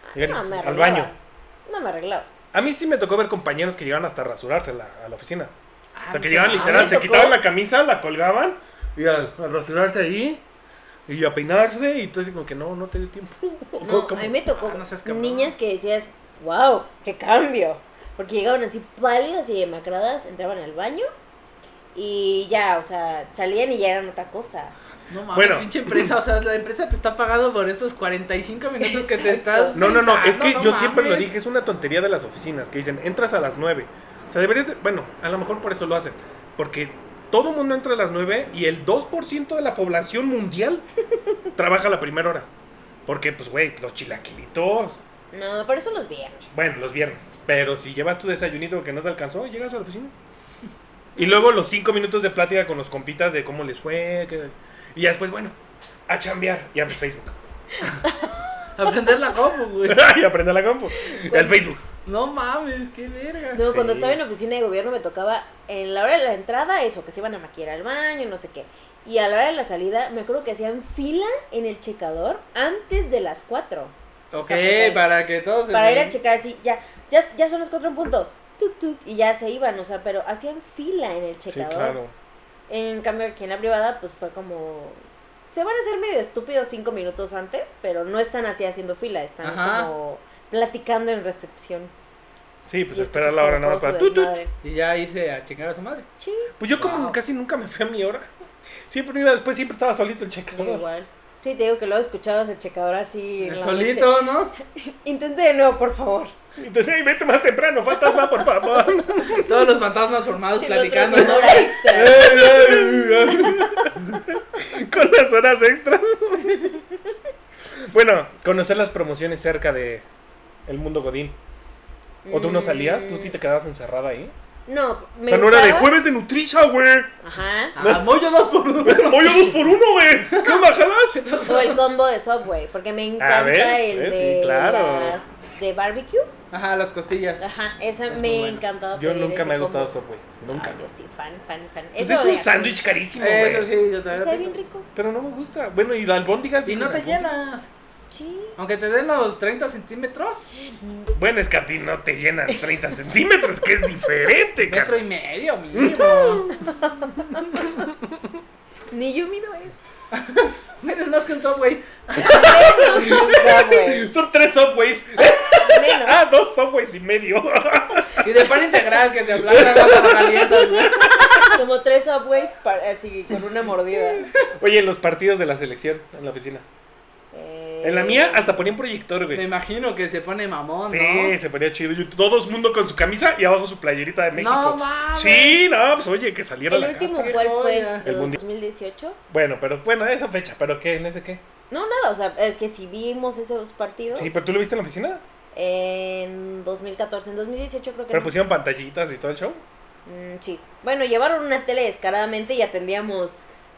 [SPEAKER 1] Ah,
[SPEAKER 2] Llegar y-
[SPEAKER 1] no me
[SPEAKER 2] al
[SPEAKER 1] arreglaba.
[SPEAKER 2] baño.
[SPEAKER 1] No me arreglaba.
[SPEAKER 2] A mí sí me tocó ver compañeros que llegaban hasta a rasurarse a la oficina. O
[SPEAKER 1] Ah,
[SPEAKER 2] sea, que
[SPEAKER 3] llevan
[SPEAKER 2] llegaban literal, se
[SPEAKER 1] tocó.
[SPEAKER 2] quitaban la camisa, la colgaban y a, a rasurarse ahí y a peinarse y entonces como que no, no te dio tiempo. O
[SPEAKER 1] No,
[SPEAKER 2] como- como-
[SPEAKER 1] a mí me tocó
[SPEAKER 3] Ah, no seas cabrón.
[SPEAKER 1] niñas que decías, wow, qué cambio. Porque llegaban así pálidas y demacradas, entraban al baño y ya, o sea, salían y ya eran otra cosa.
[SPEAKER 3] No mames,
[SPEAKER 2] Bueno.
[SPEAKER 3] pinche empresa, o sea, la empresa te está pagando por esos 45 minutos que te
[SPEAKER 1] Exacto.
[SPEAKER 3] estás.
[SPEAKER 2] No, no, no, es que
[SPEAKER 3] gritando,
[SPEAKER 2] yo
[SPEAKER 3] no
[SPEAKER 2] siempre lo
[SPEAKER 3] mames.
[SPEAKER 2] dije, es una tontería de las oficinas, que dicen, entras a las 9. O sea, deberías, de- bueno, a lo mejor por eso lo hacen, porque todo el mundo entra a las 9 y el 2% de la población mundial trabaja a la primera hora. Porque, pues, güey, los chilaquilitos,
[SPEAKER 1] No, pero eso los viernes.
[SPEAKER 2] Bueno, los viernes. Pero si llevas tu desayunito que no te alcanzó, llegas a la oficina. Y luego los cinco minutos de plática con los compitas de cómo les fue. qué- Y ya después, bueno, a chambear. Y abres Facebook.
[SPEAKER 3] Aprender la compu, güey.
[SPEAKER 2] y aprende la compu. Y al Facebook.
[SPEAKER 3] No mames, qué verga.
[SPEAKER 1] No, cuando
[SPEAKER 2] Sí.
[SPEAKER 1] estaba en oficina de gobierno me tocaba en la hora de la entrada eso, que se iban a maquillar al baño, no sé qué. Y a la hora de la salida me acuerdo que hacían fila en el checador antes de las 4.
[SPEAKER 3] Ok,
[SPEAKER 1] porque-
[SPEAKER 3] para que
[SPEAKER 2] Ah,
[SPEAKER 3] todos. se
[SPEAKER 1] eh, Para ir
[SPEAKER 3] vean.
[SPEAKER 1] a checar así, ya, ya, ya son las 4 en punto. Tuk, tuk, y ya se iban, o sea, pero hacían fila en el
[SPEAKER 2] Sí,
[SPEAKER 1] checador.
[SPEAKER 2] claro.
[SPEAKER 1] En cambio, aquí en la privada, pues fue como. Se van a hacer medio estúpidos cinco minutos antes, pero no están así haciendo fila, están
[SPEAKER 3] Ajá.
[SPEAKER 1] como platicando en recepción.
[SPEAKER 2] Sí, pues
[SPEAKER 1] Y
[SPEAKER 2] espera
[SPEAKER 1] escuchas
[SPEAKER 2] la hora
[SPEAKER 1] como
[SPEAKER 2] nada más
[SPEAKER 1] todo
[SPEAKER 2] para.
[SPEAKER 1] su
[SPEAKER 2] tut, tut.
[SPEAKER 1] desmadre.
[SPEAKER 3] Y ya irse a chingar a su madre.
[SPEAKER 1] Sí,
[SPEAKER 2] Pues yo como
[SPEAKER 3] Wow.
[SPEAKER 2] casi nunca me fui a mi hora. Siempre iba después, siempre estaba solito el
[SPEAKER 1] yo
[SPEAKER 2] checador.
[SPEAKER 1] igual. Sí, te digo que luego escuchabas el checador así. en la noche.
[SPEAKER 3] Solito, ¿no?
[SPEAKER 1] Intente de nuevo, por favor.
[SPEAKER 2] Entonces, "Ey, vete más temprano, fantasma, por favor.
[SPEAKER 3] Todos los fantasmas formados
[SPEAKER 1] El otro es
[SPEAKER 3] platicando.
[SPEAKER 1] una hora extra.
[SPEAKER 2] con las horas extras. bueno, conocer las promociones cerca de el mundo godín. ¿O tú no salías? ¿Tú sí te quedabas encerrada ahí?
[SPEAKER 1] Mm, No,
[SPEAKER 2] O
[SPEAKER 1] Mm. me
[SPEAKER 2] sea, no era de
[SPEAKER 1] gustaba-
[SPEAKER 2] jueves de Nutriza, güey.
[SPEAKER 1] Ajá.
[SPEAKER 3] Ah, mollo dos por uno.
[SPEAKER 2] Pollo dos por uno, güey. ¿Qué onda, jalás?
[SPEAKER 1] O el combo de Subway, porque me encanta
[SPEAKER 2] Ah, ¿ves?
[SPEAKER 1] el
[SPEAKER 2] ¿Ves? Sí,
[SPEAKER 1] de
[SPEAKER 2] claro.
[SPEAKER 1] las de barbecue.
[SPEAKER 3] Ajá, las costillas.
[SPEAKER 1] Ajá, esa
[SPEAKER 3] Es muy
[SPEAKER 1] me
[SPEAKER 3] bueno.
[SPEAKER 1] encantaba.
[SPEAKER 2] Yo
[SPEAKER 1] pedir
[SPEAKER 2] nunca
[SPEAKER 1] ese
[SPEAKER 2] me ha gustado
[SPEAKER 1] combo.
[SPEAKER 2] eso, güey. Nunca.
[SPEAKER 1] Ay, yo sí, fan, fan, fan.
[SPEAKER 2] Pues
[SPEAKER 1] Eso de
[SPEAKER 2] es un
[SPEAKER 1] atún.
[SPEAKER 2] sándwich carísimo,
[SPEAKER 3] Eso
[SPEAKER 2] güey.
[SPEAKER 3] sí, yo también.
[SPEAKER 1] Sabe
[SPEAKER 3] pienso.
[SPEAKER 1] bien rico.
[SPEAKER 2] Pero no me gusta. Bueno, y la albóndigas.
[SPEAKER 3] Y
[SPEAKER 2] digo,
[SPEAKER 3] no
[SPEAKER 2] la
[SPEAKER 3] te
[SPEAKER 2] albóndiga.
[SPEAKER 3] llenas.
[SPEAKER 1] Sí.
[SPEAKER 3] Aunque te den los 30 centímetros,
[SPEAKER 2] Bueno, es que a ti no te llenan 30 centímetros, que es diferente,
[SPEAKER 3] metro
[SPEAKER 2] cara.
[SPEAKER 3] y medio, mínimo.
[SPEAKER 1] Ni yo mido es.
[SPEAKER 3] Menos más que un subway.
[SPEAKER 1] Menos un subway.
[SPEAKER 2] Son tres subways.
[SPEAKER 1] Menos.
[SPEAKER 2] Ah, dos subways y medio.
[SPEAKER 3] Y de pan integral que se aplaca cuando calientas, güey.
[SPEAKER 1] Como tres subways para- así con una mordida.
[SPEAKER 2] Oye, en los partidos de la selección, en la oficina.
[SPEAKER 1] Eh,
[SPEAKER 2] En la mía hasta ponían proyector,
[SPEAKER 3] Me
[SPEAKER 2] güey.
[SPEAKER 3] imagino que se pone mamón,
[SPEAKER 2] Sí,
[SPEAKER 3] ¿no?
[SPEAKER 2] se ponía chido. Y todo el mundo con su camisa y abajo su playerita de México.
[SPEAKER 3] No mames.
[SPEAKER 2] Sí, no, pues oye, que saliera
[SPEAKER 1] ¿El
[SPEAKER 2] la
[SPEAKER 1] último
[SPEAKER 2] casta.
[SPEAKER 1] cuál fue?
[SPEAKER 3] joya.
[SPEAKER 1] ¿De
[SPEAKER 2] El mundial.
[SPEAKER 1] 2018?
[SPEAKER 2] Bueno, pero bueno, esa fecha, pero qué, en ese qué.
[SPEAKER 1] No, nada, o sea, es que si vimos esos partidos
[SPEAKER 2] Sí, pero tú lo viste en la oficina.
[SPEAKER 1] en 2014, en 2018 creo que
[SPEAKER 2] Pero
[SPEAKER 1] no.
[SPEAKER 2] pusieron pantallitas y todo el show.
[SPEAKER 1] Mm, sí. Bueno, llevaron una tele descaradamente y atendíamos,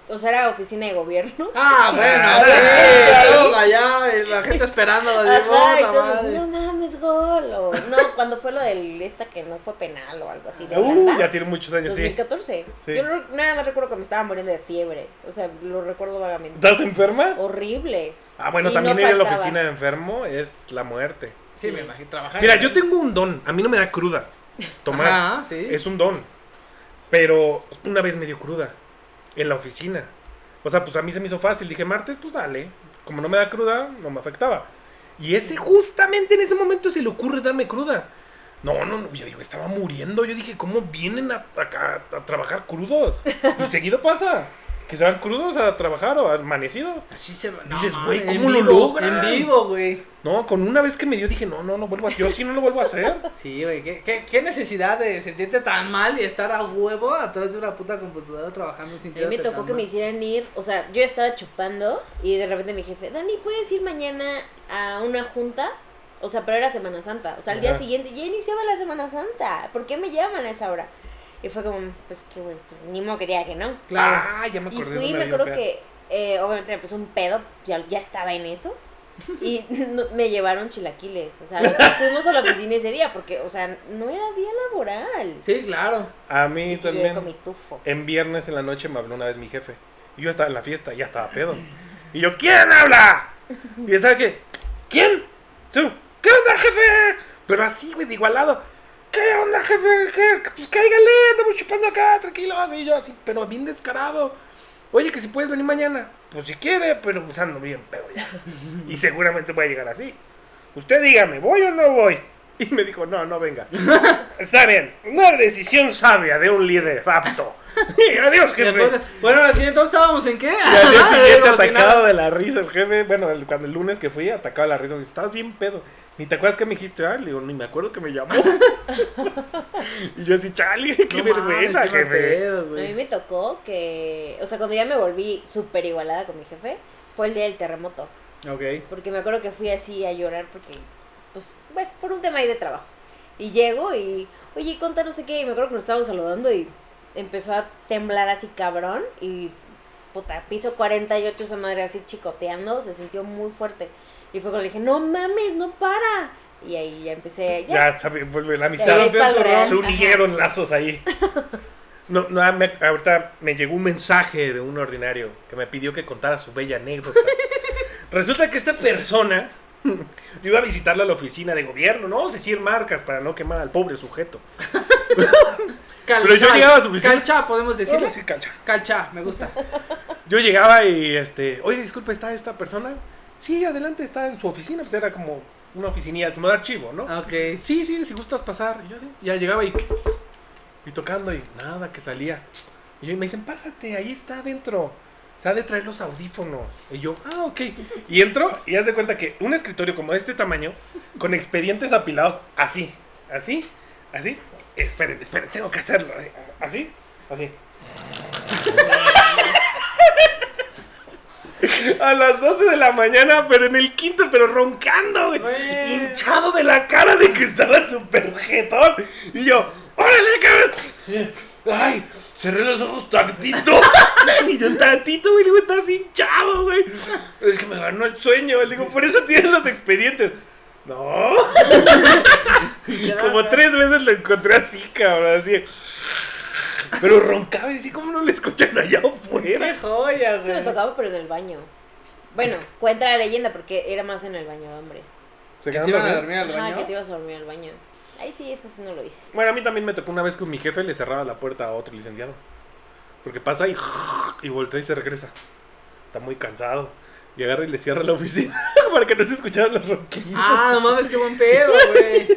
[SPEAKER 1] o sea, era oficina de gobierno.
[SPEAKER 3] Ah,
[SPEAKER 2] Ah,
[SPEAKER 3] bueno,
[SPEAKER 2] sí.
[SPEAKER 3] sí. Todos allá y la gente esperando. así,
[SPEAKER 1] Ajá,
[SPEAKER 3] puta
[SPEAKER 1] entonces,
[SPEAKER 3] madre.
[SPEAKER 1] no mames, gol. o- no, cuando fue lo del esta que no fue penal o algo así. De
[SPEAKER 2] Uh,
[SPEAKER 1] Holanda.
[SPEAKER 2] ya tiene muchos años, sí.
[SPEAKER 1] 2014.
[SPEAKER 2] Sí.
[SPEAKER 1] Yo no- nada más recuerdo que me estaba muriendo de fiebre. O sea, lo recuerdo vagamente.
[SPEAKER 2] ¿Estás enferma?
[SPEAKER 1] Horrible.
[SPEAKER 2] Ah, bueno,
[SPEAKER 1] Y
[SPEAKER 2] también
[SPEAKER 1] no
[SPEAKER 2] ir a la
[SPEAKER 1] faltaba.
[SPEAKER 2] oficina de enfermo es la muerte.
[SPEAKER 3] Sí, me imagino trabajar.
[SPEAKER 2] Mira, yo tengo un don. A mí no me da cruda. Tomar.
[SPEAKER 3] Ajá, sí.
[SPEAKER 2] Es un don. Pero una vez me dio cruda. En la oficina. O sea, pues a mí se me hizo fácil. Dije, martes, pues dale. Como no me da cruda, no me afectaba. Y ese, justamente en ese momento, se le ocurre darme cruda. No, no, no, yo, yo estaba muriendo. Yo dije, ¿cómo vienen a, acá a trabajar crudos? Y seguido pasa. Que se van crudos a trabajar o amanecidos.
[SPEAKER 3] Así se va.
[SPEAKER 2] Dices,
[SPEAKER 3] mames,
[SPEAKER 2] güey,
[SPEAKER 3] en
[SPEAKER 2] ¿cómo lo
[SPEAKER 3] vivo,
[SPEAKER 2] logran?
[SPEAKER 3] En vivo, güey.
[SPEAKER 2] No, con una vez que me dio dije, no, no, no vuelvo a... Yo sí no lo vuelvo a hacer.
[SPEAKER 3] Sí, güey, ¿qué, qué, qué necesidad de sentirte tan mal y estar a huevo atrás de una puta computadora trabajando sin
[SPEAKER 1] A mí me tocó que me hicieran ir, o sea, yo estaba chupando y de repente mi jefe, Dani, ¿puedes ir mañana a una junta? O sea, pero era Semana Santa. O sea, al día
[SPEAKER 2] Ajá.
[SPEAKER 1] siguiente ya iniciaba la Semana Santa. ¿Por qué me llaman a esa hora? Y fue como, pues que, bueno, pues, ni modo que diga que no.
[SPEAKER 3] Claro.
[SPEAKER 2] Ah, ya me
[SPEAKER 1] Y
[SPEAKER 2] acordé.
[SPEAKER 1] fui,
[SPEAKER 2] de
[SPEAKER 1] me
[SPEAKER 2] una
[SPEAKER 1] acuerdo
[SPEAKER 2] bien fea.
[SPEAKER 1] que, eh, obviamente me puso un pedo, ya, ya estaba en eso. Y no- me llevaron chilaquiles. O sea, los que fuimos a la oficina ese día, porque, o sea, no era día laboral.
[SPEAKER 3] Sí, claro.
[SPEAKER 2] A mí
[SPEAKER 1] Y sí, yo con mi
[SPEAKER 2] también,
[SPEAKER 1] tufo.
[SPEAKER 2] en viernes en la noche me habló una vez mi jefe. Y yo estaba en la fiesta, ya estaba pedo. Y yo, ¿quién habla? Y él, ¿sabe qué? ¿Quién? Tú, ¿Qué onda, jefe? Pero así, güey, de igualado. ¿Qué onda, jefe? ¿Qué? Pues cáigale, andamos chupando acá, tranquilos. Y yo así, pero bien descarado. Oye, que si puedes venir mañana. Pues si quiere, pero pues ando bien pedo ya. Y seguramente voy a llegar así. Usted dígame, ¿voy o no voy? Y me dijo, no, no vengas. Está bien, una decisión sabia de un líder apto. Y adiós, jefe.
[SPEAKER 3] Entonces, bueno, ahora sí, entonces estábamos en qué?
[SPEAKER 2] Y al día siguiente
[SPEAKER 3] Como si nada.
[SPEAKER 2] atacado de la risa el jefe. Bueno, el, cuando el lunes que fui, atacado de la risa. me dice, Estás bien pedo. Ni te acuerdas que me dijiste, ah, le digo, ni me acuerdo que me llamó. y yo así, chale, qué
[SPEAKER 3] No mames,
[SPEAKER 2] vergüenza,
[SPEAKER 3] qué mal
[SPEAKER 2] jefe.
[SPEAKER 3] pedo,
[SPEAKER 1] A mí
[SPEAKER 3] güey.
[SPEAKER 1] me tocó que, o sea, cuando ya me volví súper igualada con mi jefe, fue el día del terremoto.
[SPEAKER 3] Ok.
[SPEAKER 1] Porque me acuerdo que fui así a llorar porque, pues, bueno, por un tema ahí de trabajo. Y llego y, oye, conta no sé qué, y me acuerdo que nos estábamos saludando y empezó a temblar así cabrón y, puta, piso 48 esa madre así chicoteando, se sintió muy fuerte. Y fue cuando le dije, no mames, no para. Y ahí ya empecé, ya,
[SPEAKER 2] Ya, sabe, vuelve la
[SPEAKER 1] de
[SPEAKER 2] amistad.
[SPEAKER 1] ahí pa'l
[SPEAKER 3] Se
[SPEAKER 1] real.
[SPEAKER 2] Se unieron
[SPEAKER 1] Ajá.
[SPEAKER 2] lazos ahí. No, no, me- ahorita me llegó un mensaje de un ordinario que me pidió que contara su bella anécdota. Resulta que esta persona, yo iba a visitarla a la oficina de gobierno, no vamos a decir marcas para no quemar al pobre sujeto. Pero yo
[SPEAKER 3] Calcha.
[SPEAKER 2] llegaba a su oficina.
[SPEAKER 3] Calcha, podemos decirle.
[SPEAKER 2] Vamos a decir cancha.
[SPEAKER 3] Calcha, me gusta.
[SPEAKER 2] Yo llegaba y, este, oye, disculpe, ¿está esta persona? Sí, adelante, está en su oficina, pues era como una oficinilla, como de archivo,
[SPEAKER 3] Ah.
[SPEAKER 2] ¿no?
[SPEAKER 3] Ok.
[SPEAKER 2] Sí, sí, si gustas pasar. Y yo así, ya llegaba y, y tocando y nada, que salía. Y yo- y me dicen, pásate, ahí está adentro. Se ha de traer los audífonos. Y yo, ah, ok. Y entro y haz de cuenta que un escritorio como de este tamaño, con expedientes apilados así, así, así. Esperen, esperen, tengo que hacerlo. Así, así. A las 12 de la mañana, pero en el quinto, pero roncando, güey.
[SPEAKER 3] Oye.
[SPEAKER 2] Hinchado de la cara de que estaba súper jetón. Y yo, órale, cabrón. Ay, cerré los ojos tantito. y yo tantito, güey. Le digo, estás hinchado, güey. Es que me ganó el sueño. Le digo, por eso tienes los expedientes. No. Y como tres veces lo encontré así, cabrón. Así. Pero roncaba y decía, ¿cómo no le escuchan allá afuera?
[SPEAKER 3] Qué joya,
[SPEAKER 1] se me
[SPEAKER 3] güey.
[SPEAKER 1] tocaba, pero en el baño. Bueno, cuenta la leyenda porque era más en el baño de hombres.
[SPEAKER 2] Se
[SPEAKER 3] Que
[SPEAKER 2] quedaron
[SPEAKER 3] se iban a
[SPEAKER 2] dormidos.
[SPEAKER 3] dormir al
[SPEAKER 1] Ajá, que te
[SPEAKER 3] baño.
[SPEAKER 1] ibas a dormir al baño. Ahí sí, eso sí no lo hice.
[SPEAKER 2] Bueno, a mí también me tocó una vez que mi jefe le cerraba la puerta a otro licenciado. Porque pasa y, y voltea y se regresa. está muy cansado. Y agarra y le cierra la oficina para que no se escucharan los ronquidos.
[SPEAKER 3] Ah, no mames, qué buen pedo, güey.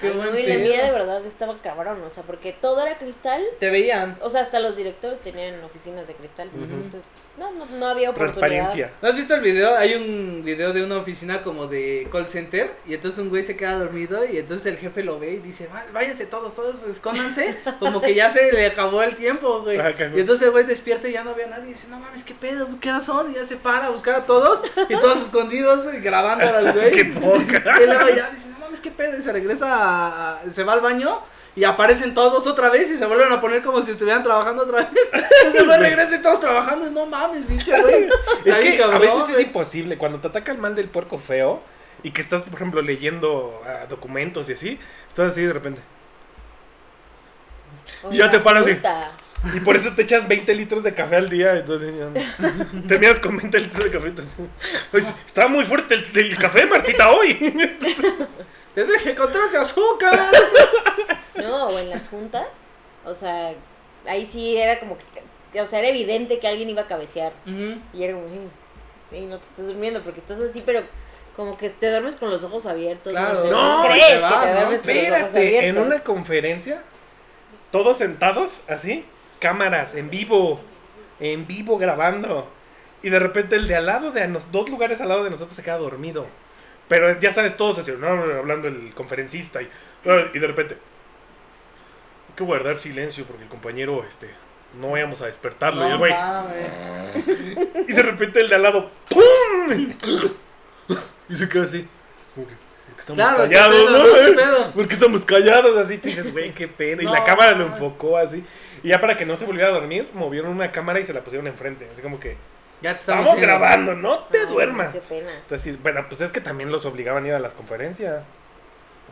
[SPEAKER 3] Qué
[SPEAKER 1] Ay, no,
[SPEAKER 3] buen
[SPEAKER 1] y la mía de
[SPEAKER 3] pedo.
[SPEAKER 1] verdad estaba cabrón, o sea, porque todo era cristal.
[SPEAKER 3] Te veían.
[SPEAKER 1] O sea, hasta los directores tenían oficinas de cristal.
[SPEAKER 2] Ujú.
[SPEAKER 1] Entonces, no, no, no había oportunidad.
[SPEAKER 2] Transparencia.
[SPEAKER 3] ¿No has visto el video? Hay un video de una oficina como de call center y entonces un güey se queda dormido y entonces el jefe lo ve y dice, "Va- váyanse todos, todos, escóndanse, como que ya se le acabó el tiempo, güey.
[SPEAKER 2] Ah, cagó.
[SPEAKER 3] Y entonces el güey despierta y ya no ve a nadie y dice, no mames, qué pedo, qué horas son, y ya se para a buscar a todos y todos escondidos y grabando al güey.
[SPEAKER 2] ¡Qué poca!
[SPEAKER 3] Y luego ya dice, no mames, qué pedo, y se regresa, a- a- se va al baño y aparecen todos otra vez y se vuelven a poner como si estuvieran trabajando otra vez. Entonces el güey regresa y todos trabajando, y no mames, pinche güey.
[SPEAKER 2] Es
[SPEAKER 3] Está bien
[SPEAKER 2] que a
[SPEAKER 3] cabrón,
[SPEAKER 2] veces es
[SPEAKER 3] güey.
[SPEAKER 2] imposible. Cuando te ataca el mal del puerco feo y que estás, por ejemplo, leyendo ah, documentos y así, estás así de repente.
[SPEAKER 1] Oye,
[SPEAKER 2] Ya te paras de-
[SPEAKER 1] puta.
[SPEAKER 2] Y por eso te echas 20 litros de café al día. Entonces, ya, te miras con 20 litros de café. Entonces, pues, está muy fuerte el, el café, Martita, hoy.
[SPEAKER 3] Te dejé contraste azúcar.
[SPEAKER 1] No, o en las juntas. O sea, ahí sí era como que. O sea, era evidente que alguien iba a cabecear. Y era como, "Ey, ey, no te estás durmiendo porque estás así, pero como que te duermes con los ojos abiertos.
[SPEAKER 3] Claro.
[SPEAKER 1] No, sé,
[SPEAKER 2] No,
[SPEAKER 1] crees
[SPEAKER 3] te
[SPEAKER 1] que
[SPEAKER 3] vas,
[SPEAKER 1] te
[SPEAKER 3] ¿no?
[SPEAKER 1] duermes con los ojos abiertos.
[SPEAKER 2] Espérate, en una conferencia, todos sentados, así, cámaras, en vivo, en vivo grabando. Y de repente el de al lado, de a nos, dos lugares al lado de nosotros, se queda dormido. Pero ya sabes, todos así, ¿no? hablando el conferencista. Y, y de repente, hay que guardar silencio porque el compañero, este, no vayamos a despertarlo. y el güey, y de repente el de al lado, ¡pum! Y se queda así. Como que, ¿por qué estamos
[SPEAKER 3] Claro, qué
[SPEAKER 2] callados,
[SPEAKER 3] pedo,
[SPEAKER 2] ¿no?
[SPEAKER 3] ¿no? ¿Qué pedo?
[SPEAKER 2] Porque estamos callados, así tú dices, güey, qué pena. Y la
[SPEAKER 3] No,
[SPEAKER 2] cámara lo
[SPEAKER 3] no.
[SPEAKER 2] enfocó así. Y ya para que no se volviera a dormir, movieron una cámara y se la pusieron enfrente. Así como que,
[SPEAKER 3] Ya te
[SPEAKER 2] estamos,
[SPEAKER 3] viendo.
[SPEAKER 2] grabando, no te
[SPEAKER 1] Ay,
[SPEAKER 2] duermas.
[SPEAKER 1] Qué pena.
[SPEAKER 2] Entonces, sí, bueno, pues es que también los obligaban a ir a las conferencias.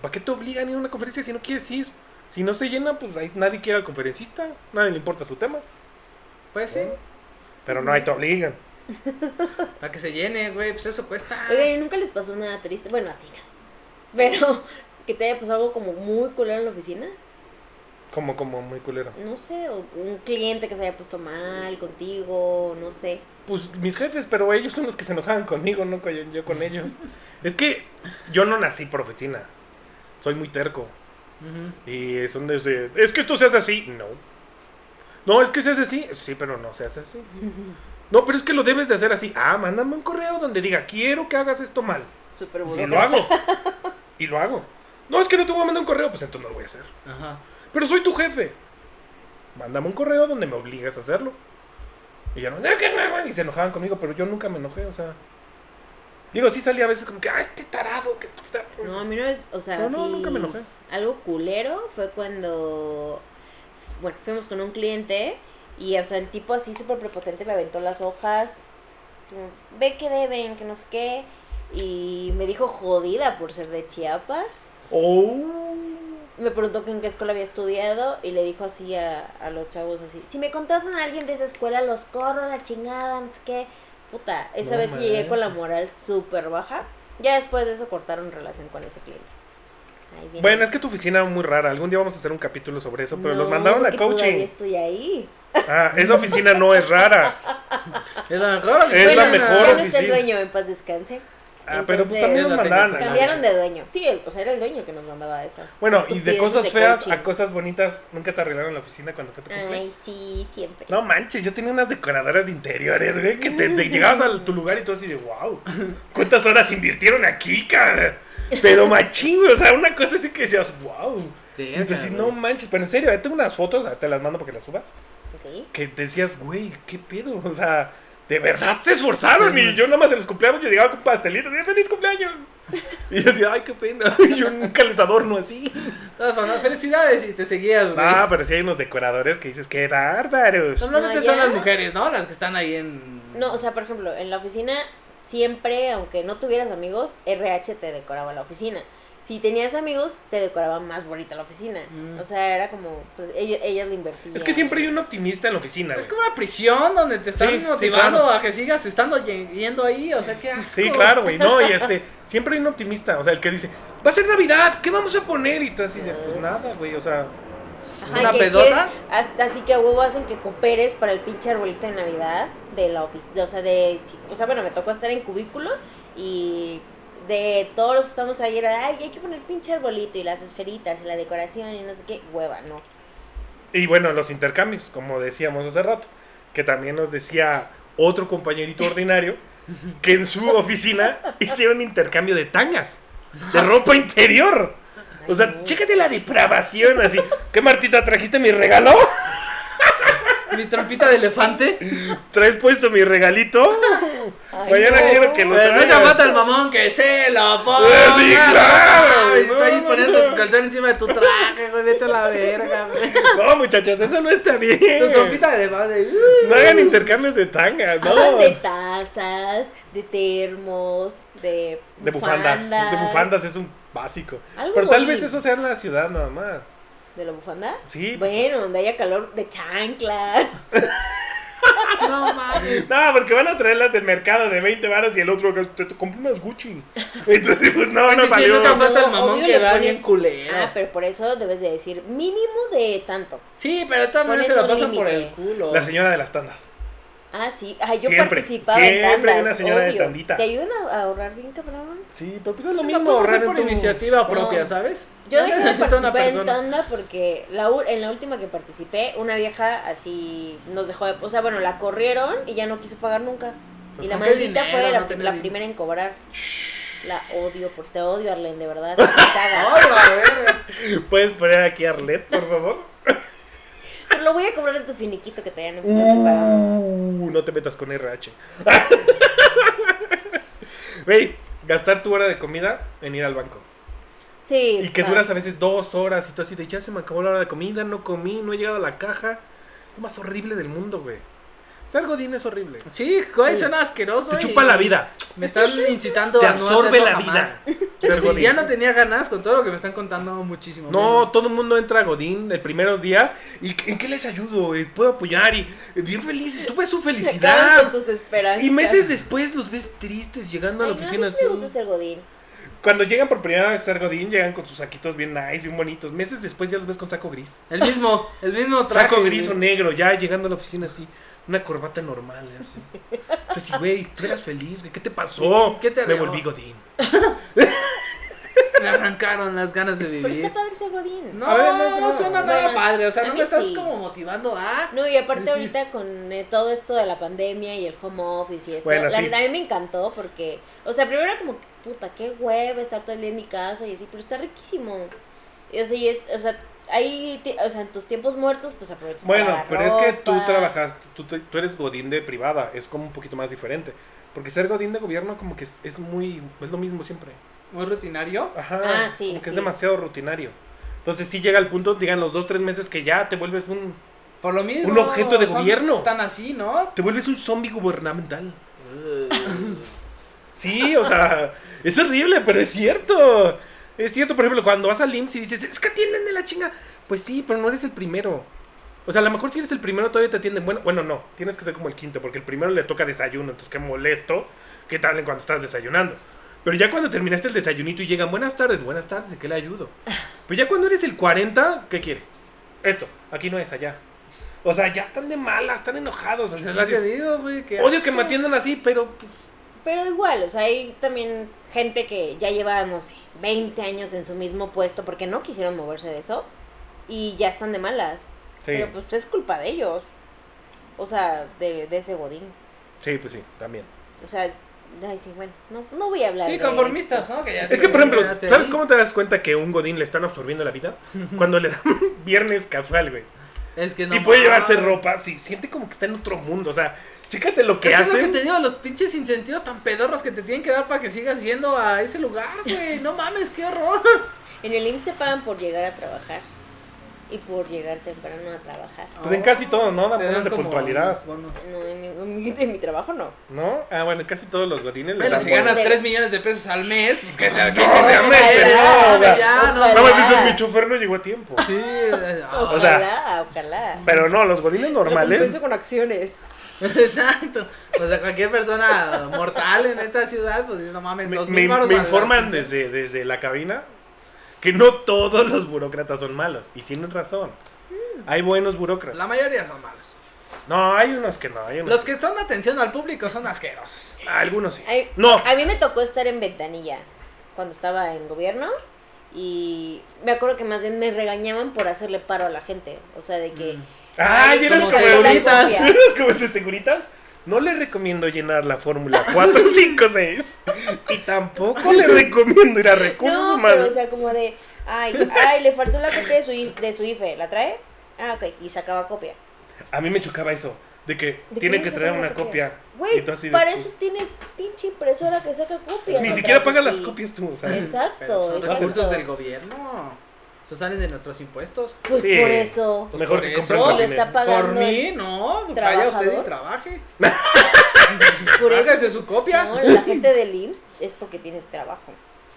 [SPEAKER 2] ¿Para qué te obligan a ir a una conferencia si no quieres ir? Si no se llena, pues ahí nadie quiere al conferencista, nadie le importa su tema.
[SPEAKER 3] Pues sí,
[SPEAKER 2] Pero no, ahí te obligan.
[SPEAKER 3] para que se llene, güey, pues eso cuesta.
[SPEAKER 1] Oigan, ¿y nunca les pasó nada triste? Bueno, a ti no. Pero que te haya pasado algo como muy culero en la oficina.
[SPEAKER 2] Como, como muy culero.
[SPEAKER 1] No sé, o un cliente que se haya puesto mal contigo, no sé.
[SPEAKER 2] Pues mis jefes, pero ellos son los que se enojaban conmigo, no con- yo con ellos. es que yo no nací por oficina. Soy muy terco.
[SPEAKER 3] Ujú.
[SPEAKER 2] Y son desde. Es que esto se hace así. No. No, es que se hace así. Sí, pero no se hace así. No, pero es que lo debes de hacer así. Ah, mándame un correo donde diga, quiero que hagas esto mal.
[SPEAKER 1] Súper
[SPEAKER 2] Y
[SPEAKER 1] burro.
[SPEAKER 2] lo hago. Y lo hago. No, es que no te voy a mandar un correo, pues entonces no lo voy a hacer.
[SPEAKER 3] Ajá.
[SPEAKER 2] Pero soy tu jefe. Mándame un correo donde me obligas a hacerlo. Y ya no, "Ah, que la madre", y se enojaban conmigo, pero yo nunca me enojé, o sea. Digo, sí salía a veces como que, ay, este tarado, que
[SPEAKER 1] No, a mí no es, o sea,
[SPEAKER 2] No, no,
[SPEAKER 1] sí,
[SPEAKER 2] nunca me enojé.
[SPEAKER 1] Algo culero fue cuando, bueno, fuimos con un cliente y, o sea, el tipo así súper prepotente me aventó las hojas, así como, ve que deben, que no sé qué, y me dijo jodida por ser de Chiapas.
[SPEAKER 2] Oh.
[SPEAKER 1] Me preguntó que en qué escuela había estudiado y le dijo así a, a los chavos así, si me contratan a alguien de esa escuela, los corro a la chingada, no sé qué. Puta, esa
[SPEAKER 2] No
[SPEAKER 1] vez sí llegué con la
[SPEAKER 2] manches.
[SPEAKER 1] moral súper baja. Ya después de eso cortaron relación con ese cliente. Ahí viene.
[SPEAKER 2] Bueno, es que tu oficina es muy rara. Algún día vamos a hacer un capítulo sobre eso, pero los
[SPEAKER 1] No,
[SPEAKER 2] mandaron a
[SPEAKER 1] porque Todavía
[SPEAKER 2] coaching.
[SPEAKER 1] estoy ahí.
[SPEAKER 2] Ah, esa oficina no es rara.
[SPEAKER 3] Es la mejor.
[SPEAKER 2] Es la
[SPEAKER 1] Bueno,
[SPEAKER 2] mejor
[SPEAKER 1] Ya no está el
[SPEAKER 2] oficina.
[SPEAKER 1] dueño, en paz descanse.
[SPEAKER 2] Ah, pero pues
[SPEAKER 1] Entonces,
[SPEAKER 2] también nos
[SPEAKER 3] Es la
[SPEAKER 2] mandaban a
[SPEAKER 3] pequeña.
[SPEAKER 1] Cambiaron
[SPEAKER 2] coaching.
[SPEAKER 1] de dueño. Sí, el- o sea, era el dueño que nos mandaba esas.
[SPEAKER 2] Bueno, y de
[SPEAKER 1] estupideces
[SPEAKER 2] cosas feas
[SPEAKER 1] coaching.
[SPEAKER 2] a cosas bonitas, ¿nunca te arreglaron la oficina cuando fue tu cumpleaños?
[SPEAKER 1] Ay, sí, siempre.
[SPEAKER 2] No manches, yo tenía unas decoradoras de interiores, güey, que te, te llegabas a tu lugar y tú así de, wow, ¿cuántas horas invirtieron aquí, cara? Pero machín, güey, o sea, una cosa así que decías, wow. Y tú así, no manches, pero en serio, ahí tengo unas fotos, te las mando para que las subas,
[SPEAKER 1] Ok.
[SPEAKER 2] que decías, güey, qué pedo, o sea, de verdad se esforzaron y yo nada más en los cumpleaños yo llegaba con pastelitos, y feliz cumpleaños. Y yo decía, ay, qué pena, yo nunca les adorno así.
[SPEAKER 3] no, pues, felicidades y te seguías, güey.
[SPEAKER 2] Ah, pero sí hay unos decoradores que dices, qué bárbaros.
[SPEAKER 3] Normalmente
[SPEAKER 1] No,
[SPEAKER 3] son
[SPEAKER 1] ya.
[SPEAKER 3] las mujeres, ¿no? Las que están ahí en.
[SPEAKER 1] No, o sea, por ejemplo, en la oficina siempre, aunque no tuvieras amigos, RH te decoraba la oficina. Si tenías amigos, te decoraba más bonita la oficina.
[SPEAKER 3] Mm.
[SPEAKER 1] O sea, era como, pues ellos, ellas lo invertían.
[SPEAKER 2] Es que siempre hay un optimista en la oficina.
[SPEAKER 3] Es
[SPEAKER 2] güey.
[SPEAKER 3] como una prisión donde te están
[SPEAKER 2] Sí, sí,
[SPEAKER 3] motivando
[SPEAKER 2] claro.
[SPEAKER 3] a que sigas estando ye- yendo ahí, o sea, qué asco.
[SPEAKER 2] Sí, claro, güey. No, y este, siempre hay un optimista, o sea, el que dice, va a ser Navidad, ¿qué vamos a poner? Y tú así de, pues nada, güey, o sea,
[SPEAKER 1] Ajá,
[SPEAKER 3] una
[SPEAKER 1] que
[SPEAKER 3] pedota.
[SPEAKER 1] quieres- as- así que a huevo hacen que cooperes para el pinche arbolito de Navidad de la oficina. O sea, de, si- o sea, bueno, me tocó estar en cubículo y de todos los que estamos ahí era, ay, hay que poner pinche arbolito y las esferitas y la decoración y no sé qué, hueva, no.
[SPEAKER 2] Y bueno, los intercambios, como decíamos hace rato, que también nos decía otro compañerito ordinario que en su oficina hicieron intercambio de tangas, de ropa interior. O sea, chécate la depravación así. ¿Qué Martita trajiste mi regalo?
[SPEAKER 3] Mi trompita de elefante.
[SPEAKER 2] ¿Traes puesto mi regalito?
[SPEAKER 1] Ay,
[SPEAKER 2] Mañana
[SPEAKER 1] no.
[SPEAKER 2] quiero que lo
[SPEAKER 3] Pues nunca
[SPEAKER 2] traigas.
[SPEAKER 3] mata al mamón que se lo ponga.
[SPEAKER 2] Eh, sí, claro.
[SPEAKER 3] Ay,
[SPEAKER 2] No,
[SPEAKER 3] Estoy
[SPEAKER 2] no,
[SPEAKER 3] poniendo
[SPEAKER 2] no.
[SPEAKER 3] tu calzón encima de tu traje, güey. Vete a la verga, güey.
[SPEAKER 2] No, muchachos, eso no está bien.
[SPEAKER 3] Tu trompita de elefante. uh.
[SPEAKER 2] No hagan intercambios de tangas, no.
[SPEAKER 1] Hablan de tazas, de termos, de,
[SPEAKER 2] De bufandas. De bufandas es un básico.
[SPEAKER 1] Algo
[SPEAKER 2] Pero tal
[SPEAKER 1] bonito.
[SPEAKER 2] vez eso sea en la ciudad nada más.
[SPEAKER 1] ¿De la bufanda?
[SPEAKER 2] Sí.
[SPEAKER 1] Bueno, donde haya calor, de chanclas.
[SPEAKER 3] No mames.
[SPEAKER 2] No, porque van a traer las del mercado de 20 varas y el otro, te, te compré unas Gucci. Entonces, pues no,
[SPEAKER 3] Pues
[SPEAKER 2] no
[SPEAKER 3] sí, sí,
[SPEAKER 2] salió.
[SPEAKER 3] nunca falta el
[SPEAKER 1] No,
[SPEAKER 3] mamón
[SPEAKER 1] obvio
[SPEAKER 3] que
[SPEAKER 1] le
[SPEAKER 3] va
[SPEAKER 1] pones-
[SPEAKER 3] bien culero.
[SPEAKER 1] Ah, pero por eso debes de decir mínimo de tanto.
[SPEAKER 3] Sí, pero de todas maneras se
[SPEAKER 1] Pones
[SPEAKER 3] la
[SPEAKER 1] un
[SPEAKER 3] pasan por el
[SPEAKER 1] límite.
[SPEAKER 3] culo.
[SPEAKER 2] La señora de las tandas.
[SPEAKER 1] Ah, sí. Ay, yo
[SPEAKER 2] Siempre,
[SPEAKER 1] participaba en
[SPEAKER 2] siempre hay
[SPEAKER 1] tandas.
[SPEAKER 2] una señora de
[SPEAKER 1] obvio.
[SPEAKER 2] tanditas.
[SPEAKER 1] ¿Te ayudan a- a ahorrar bien, cabrón?
[SPEAKER 2] Sí, pero pues es lo
[SPEAKER 3] No
[SPEAKER 2] mismo
[SPEAKER 3] puedo hacer
[SPEAKER 2] ahorrar
[SPEAKER 3] por
[SPEAKER 2] en tu...
[SPEAKER 3] iniciativa
[SPEAKER 1] No.
[SPEAKER 3] propia, ¿sabes?
[SPEAKER 1] Yo
[SPEAKER 3] No
[SPEAKER 1] dejé de
[SPEAKER 3] necesita una
[SPEAKER 1] participar en
[SPEAKER 3] persona.
[SPEAKER 1] tanda porque la, u- en la última que participé, una vieja así nos dejó de... O sea, bueno, la corrieron y ya no quiso pagar nunca.
[SPEAKER 3] Pues
[SPEAKER 1] Y la
[SPEAKER 3] con qué
[SPEAKER 1] maldita
[SPEAKER 3] dinero,
[SPEAKER 1] fue la,
[SPEAKER 3] no tenía
[SPEAKER 1] la
[SPEAKER 3] dinero.
[SPEAKER 1] primera en cobrar. La odio, por, te odio, Arlene, de verdad. me cagas.
[SPEAKER 3] Hola, verga.
[SPEAKER 2] ¿Puedes poner aquí a Arlet, por favor?
[SPEAKER 1] Pero lo voy a cobrar de tu finiquito que todavía no, no te pagamos.
[SPEAKER 2] Uh, no te metas con RH. Güey, gastar tu hora de comida en ir al banco.
[SPEAKER 1] Sí.
[SPEAKER 2] Y que
[SPEAKER 1] pa-
[SPEAKER 2] duras a veces dos horas y tú así de ya se me acabó la hora de comida, no comí, no he llegado a la caja. Lo más horrible del mundo, güey. Ser godín es horrible.
[SPEAKER 3] Sí, güey,
[SPEAKER 2] Sí.
[SPEAKER 3] suena asqueroso.
[SPEAKER 2] Te
[SPEAKER 3] y
[SPEAKER 2] chupa la vida,
[SPEAKER 3] Me están incitando
[SPEAKER 2] te
[SPEAKER 3] a no
[SPEAKER 2] absorbe la
[SPEAKER 3] hacerlo jamás.
[SPEAKER 2] vida.
[SPEAKER 3] O sea,
[SPEAKER 2] Ser
[SPEAKER 3] si
[SPEAKER 2] godín.
[SPEAKER 3] ya no tenía ganas con todo lo que me están contando muchísimo.
[SPEAKER 2] No,
[SPEAKER 3] menos.
[SPEAKER 2] todo el mundo entra a Godín de primeros días. ¿Y en qué les ayudo? Eh, ¿Puedo apoyar? Y eh, bien feliz. Tú ves su
[SPEAKER 1] Se acaban con
[SPEAKER 2] felicidad.
[SPEAKER 1] tus esperanzas.
[SPEAKER 2] Y meses después los ves tristes llegando a
[SPEAKER 1] Ay, no,
[SPEAKER 2] la
[SPEAKER 1] a mí
[SPEAKER 2] oficina.
[SPEAKER 1] sí me
[SPEAKER 2] así.
[SPEAKER 1] gusta ser godín.
[SPEAKER 2] Cuando llegan por primera vez a ser Godín, llegan con sus saquitos bien nice, bien bonitos. Meses después ya los ves con saco gris.
[SPEAKER 3] El mismo, el mismo traje.
[SPEAKER 2] Saco gris o
[SPEAKER 3] güey.
[SPEAKER 2] negro, ya llegando a la oficina así. Una corbata normal, así. Entonces, güey, tú eras feliz, güey. ¿Qué te pasó?
[SPEAKER 3] ¿Qué te
[SPEAKER 2] Me
[SPEAKER 3] arregló?
[SPEAKER 2] volví Godín.
[SPEAKER 3] Me arrancaron las ganas de
[SPEAKER 1] Pero está
[SPEAKER 3] vivir.
[SPEAKER 1] padre ser godín.
[SPEAKER 3] No,
[SPEAKER 2] A ver, no, no,
[SPEAKER 3] no suena nada
[SPEAKER 1] bueno,
[SPEAKER 3] padre. O sea,
[SPEAKER 1] a
[SPEAKER 3] no
[SPEAKER 1] mí
[SPEAKER 3] me estás
[SPEAKER 1] sí.
[SPEAKER 3] como motivando a.
[SPEAKER 1] No, y aparte
[SPEAKER 3] Sí.
[SPEAKER 1] ahorita con eh, todo esto de la pandemia y el home office y esto,
[SPEAKER 2] Bueno,
[SPEAKER 1] la
[SPEAKER 2] sí.
[SPEAKER 1] verdad a mí me encantó porque, o sea, primero era como, puta, qué hueva estar todo el día en mi casa y así, pero está riquísimo. Y, o sea, y es, o sea, ahí, ti- o sea, en tus tiempos muertos, pues aprovechas
[SPEAKER 2] Bueno,
[SPEAKER 1] la
[SPEAKER 2] pero es que tú
[SPEAKER 1] ropa.
[SPEAKER 2] trabajaste, tú, tú- tú eres godín de privada, es como un poquito más diferente. Porque ser godín de gobierno como que es, es muy, es lo mismo siempre.
[SPEAKER 3] Muy rutinario.
[SPEAKER 2] Ajá,
[SPEAKER 1] Ah, sí,
[SPEAKER 2] como que es
[SPEAKER 1] sí.
[SPEAKER 2] demasiado rutinario. Entonces sí llega el punto, digan los dos, tres meses que ya te vuelves un,
[SPEAKER 3] Por lo mismo.
[SPEAKER 2] Un objeto de
[SPEAKER 3] son
[SPEAKER 2] gobierno.
[SPEAKER 3] Tan así, ¿no?
[SPEAKER 2] te vuelves un zombie gubernamental. Sí, o sea, es horrible, pero es cierto. Es cierto, por ejemplo, cuando vas al IMSS y dices, es que atienden de la chinga. Pues sí, pero no eres el primero. O sea, a lo mejor si eres el primero todavía te atienden. Bueno, bueno, no, tienes que ser como el quinto, porque el primero le toca desayuno, entonces qué molesto que te hablen cuando estás desayunando. Pero ya cuando terminaste el desayunito y llegan, buenas tardes, buenas tardes, ¿de qué le ayudo? Pero ya cuando eres el 40, ¿qué quiere? Esto, aquí no es, allá. O sea, ya están de malas, están enojados. o sea,
[SPEAKER 3] Pues Es lo que
[SPEAKER 2] dices,
[SPEAKER 3] digo, güey. qué
[SPEAKER 2] Odio que
[SPEAKER 3] asco.
[SPEAKER 2] me atiendan así, pero pues
[SPEAKER 1] Pero igual, o sea, hay también gente que ya lleva, no sé, 20 años en su mismo puesto porque no quisieron moverse de eso y ya están de malas. Pero pues es culpa de ellos. O sea, de, de ese godín.
[SPEAKER 2] Sí, pues sí, también.
[SPEAKER 1] O sea, ay, sí, bueno, no, no voy a hablar.
[SPEAKER 3] Sí,
[SPEAKER 1] de
[SPEAKER 3] conformistas,
[SPEAKER 1] estos.
[SPEAKER 3] ¿no? Que ya
[SPEAKER 2] Es que, por ejemplo,
[SPEAKER 3] hace
[SPEAKER 2] ¿sabes
[SPEAKER 3] ahí.
[SPEAKER 2] cómo te das cuenta que un Godín le están absorbiendo la vida? Cuando le dan viernes casual, güey.
[SPEAKER 3] Es que no.
[SPEAKER 2] y puede
[SPEAKER 3] mames.
[SPEAKER 2] llevarse ropa, sí, siente como que está en otro mundo. O sea, chécate lo que
[SPEAKER 3] Es que es
[SPEAKER 2] hace.
[SPEAKER 3] lo que te digo, los pinches incentivos tan pedorros que te tienen que dar para que sigas yendo a ese lugar, güey. No mames, qué horror.
[SPEAKER 1] En el IMSS te pagan por llegar a trabajar y por llegar temprano a trabajar.
[SPEAKER 2] Pues en casi todo, ¿no? Dan
[SPEAKER 3] Te
[SPEAKER 2] bonos
[SPEAKER 3] dan
[SPEAKER 2] de
[SPEAKER 3] como
[SPEAKER 2] puntualidad,
[SPEAKER 3] bonos.
[SPEAKER 1] No, en mi, en mi- en mi trabajo no.
[SPEAKER 2] ¿no? Ah, bueno, en casi todos los Godines le
[SPEAKER 3] Bueno,
[SPEAKER 2] dan
[SPEAKER 3] si
[SPEAKER 1] Pero
[SPEAKER 2] bonos.
[SPEAKER 3] ganas
[SPEAKER 1] de-
[SPEAKER 3] 3 millones de pesos al mes, pues que se
[SPEAKER 2] No, obviamente,
[SPEAKER 1] Ojalá,
[SPEAKER 2] no, o sea,
[SPEAKER 3] ya, no.
[SPEAKER 1] ojalá.
[SPEAKER 2] Nada más dicen, mi chofer no llegó a tiempo.
[SPEAKER 3] Sí, eh, ah,
[SPEAKER 1] Ojalá,
[SPEAKER 2] o sea,
[SPEAKER 1] ojalá.
[SPEAKER 2] Pero no, los Godines normales.
[SPEAKER 1] Eso con acciones.
[SPEAKER 3] exacto. O sea, cualquier persona mortal en esta ciudad, pues dice, no mames,
[SPEAKER 2] Me,
[SPEAKER 3] dos
[SPEAKER 2] me-
[SPEAKER 3] mil varos
[SPEAKER 2] me
[SPEAKER 3] al-
[SPEAKER 2] informan desde, desde la cabina que no todos los burócratas son malos. Y tienen razón. Hay buenos burócratas.
[SPEAKER 3] Mm. La mayoría son malos.
[SPEAKER 2] No, hay unos que no. Hay unos
[SPEAKER 3] Los que son atención al público son asquerosos.
[SPEAKER 2] Algunos sí.
[SPEAKER 1] Ay,
[SPEAKER 2] no,
[SPEAKER 1] A mí me tocó estar en Ventanilla cuando estaba en gobierno y me acuerdo que más bien me regañaban por hacerle paro a la gente. O sea, de
[SPEAKER 3] Mm.
[SPEAKER 1] que...
[SPEAKER 2] Ay,
[SPEAKER 1] es
[SPEAKER 2] eres
[SPEAKER 1] como
[SPEAKER 2] como, el-
[SPEAKER 1] seguritas.
[SPEAKER 2] eres como el de seguritas. No le recomiendo llenar la fórmula 456. y tampoco le recomiendo ir a recursos
[SPEAKER 1] No, pero o
[SPEAKER 2] humanos.
[SPEAKER 1] sea, como de... Ay, ay, le faltó la copia de su, i- de su IFE. ¿La trae? Ah, ok. Y sacaba copia.
[SPEAKER 2] A mí me chocaba eso. De que
[SPEAKER 1] ¿De
[SPEAKER 2] tienen
[SPEAKER 1] cómo
[SPEAKER 2] que
[SPEAKER 1] se
[SPEAKER 2] traer
[SPEAKER 1] paga
[SPEAKER 2] una
[SPEAKER 1] la
[SPEAKER 2] copia.
[SPEAKER 1] Güey,
[SPEAKER 2] y tú así de,
[SPEAKER 1] para
[SPEAKER 2] pues,
[SPEAKER 1] eso tienes pinche impresora que saca copias.
[SPEAKER 2] Ni
[SPEAKER 1] o sea,
[SPEAKER 2] siquiera pagan las
[SPEAKER 1] y-
[SPEAKER 2] copias tú. o sea.
[SPEAKER 3] Pero
[SPEAKER 1] Exacto,
[SPEAKER 3] son
[SPEAKER 1] exacto.
[SPEAKER 3] recursos del gobierno. Eso salen de nuestros impuestos.
[SPEAKER 1] Pues
[SPEAKER 2] Sí.
[SPEAKER 1] por eso.
[SPEAKER 3] Pues
[SPEAKER 2] mejor
[SPEAKER 3] por
[SPEAKER 2] que
[SPEAKER 3] eso.
[SPEAKER 2] compren
[SPEAKER 1] Si lo
[SPEAKER 2] cine.
[SPEAKER 1] está pagando.
[SPEAKER 3] Por mí, no. Vaya
[SPEAKER 1] trabajador.
[SPEAKER 3] usted y trabaje.
[SPEAKER 1] Por eso.
[SPEAKER 3] Hágase su copia.
[SPEAKER 1] No, la gente del IMSS es porque tiene trabajo.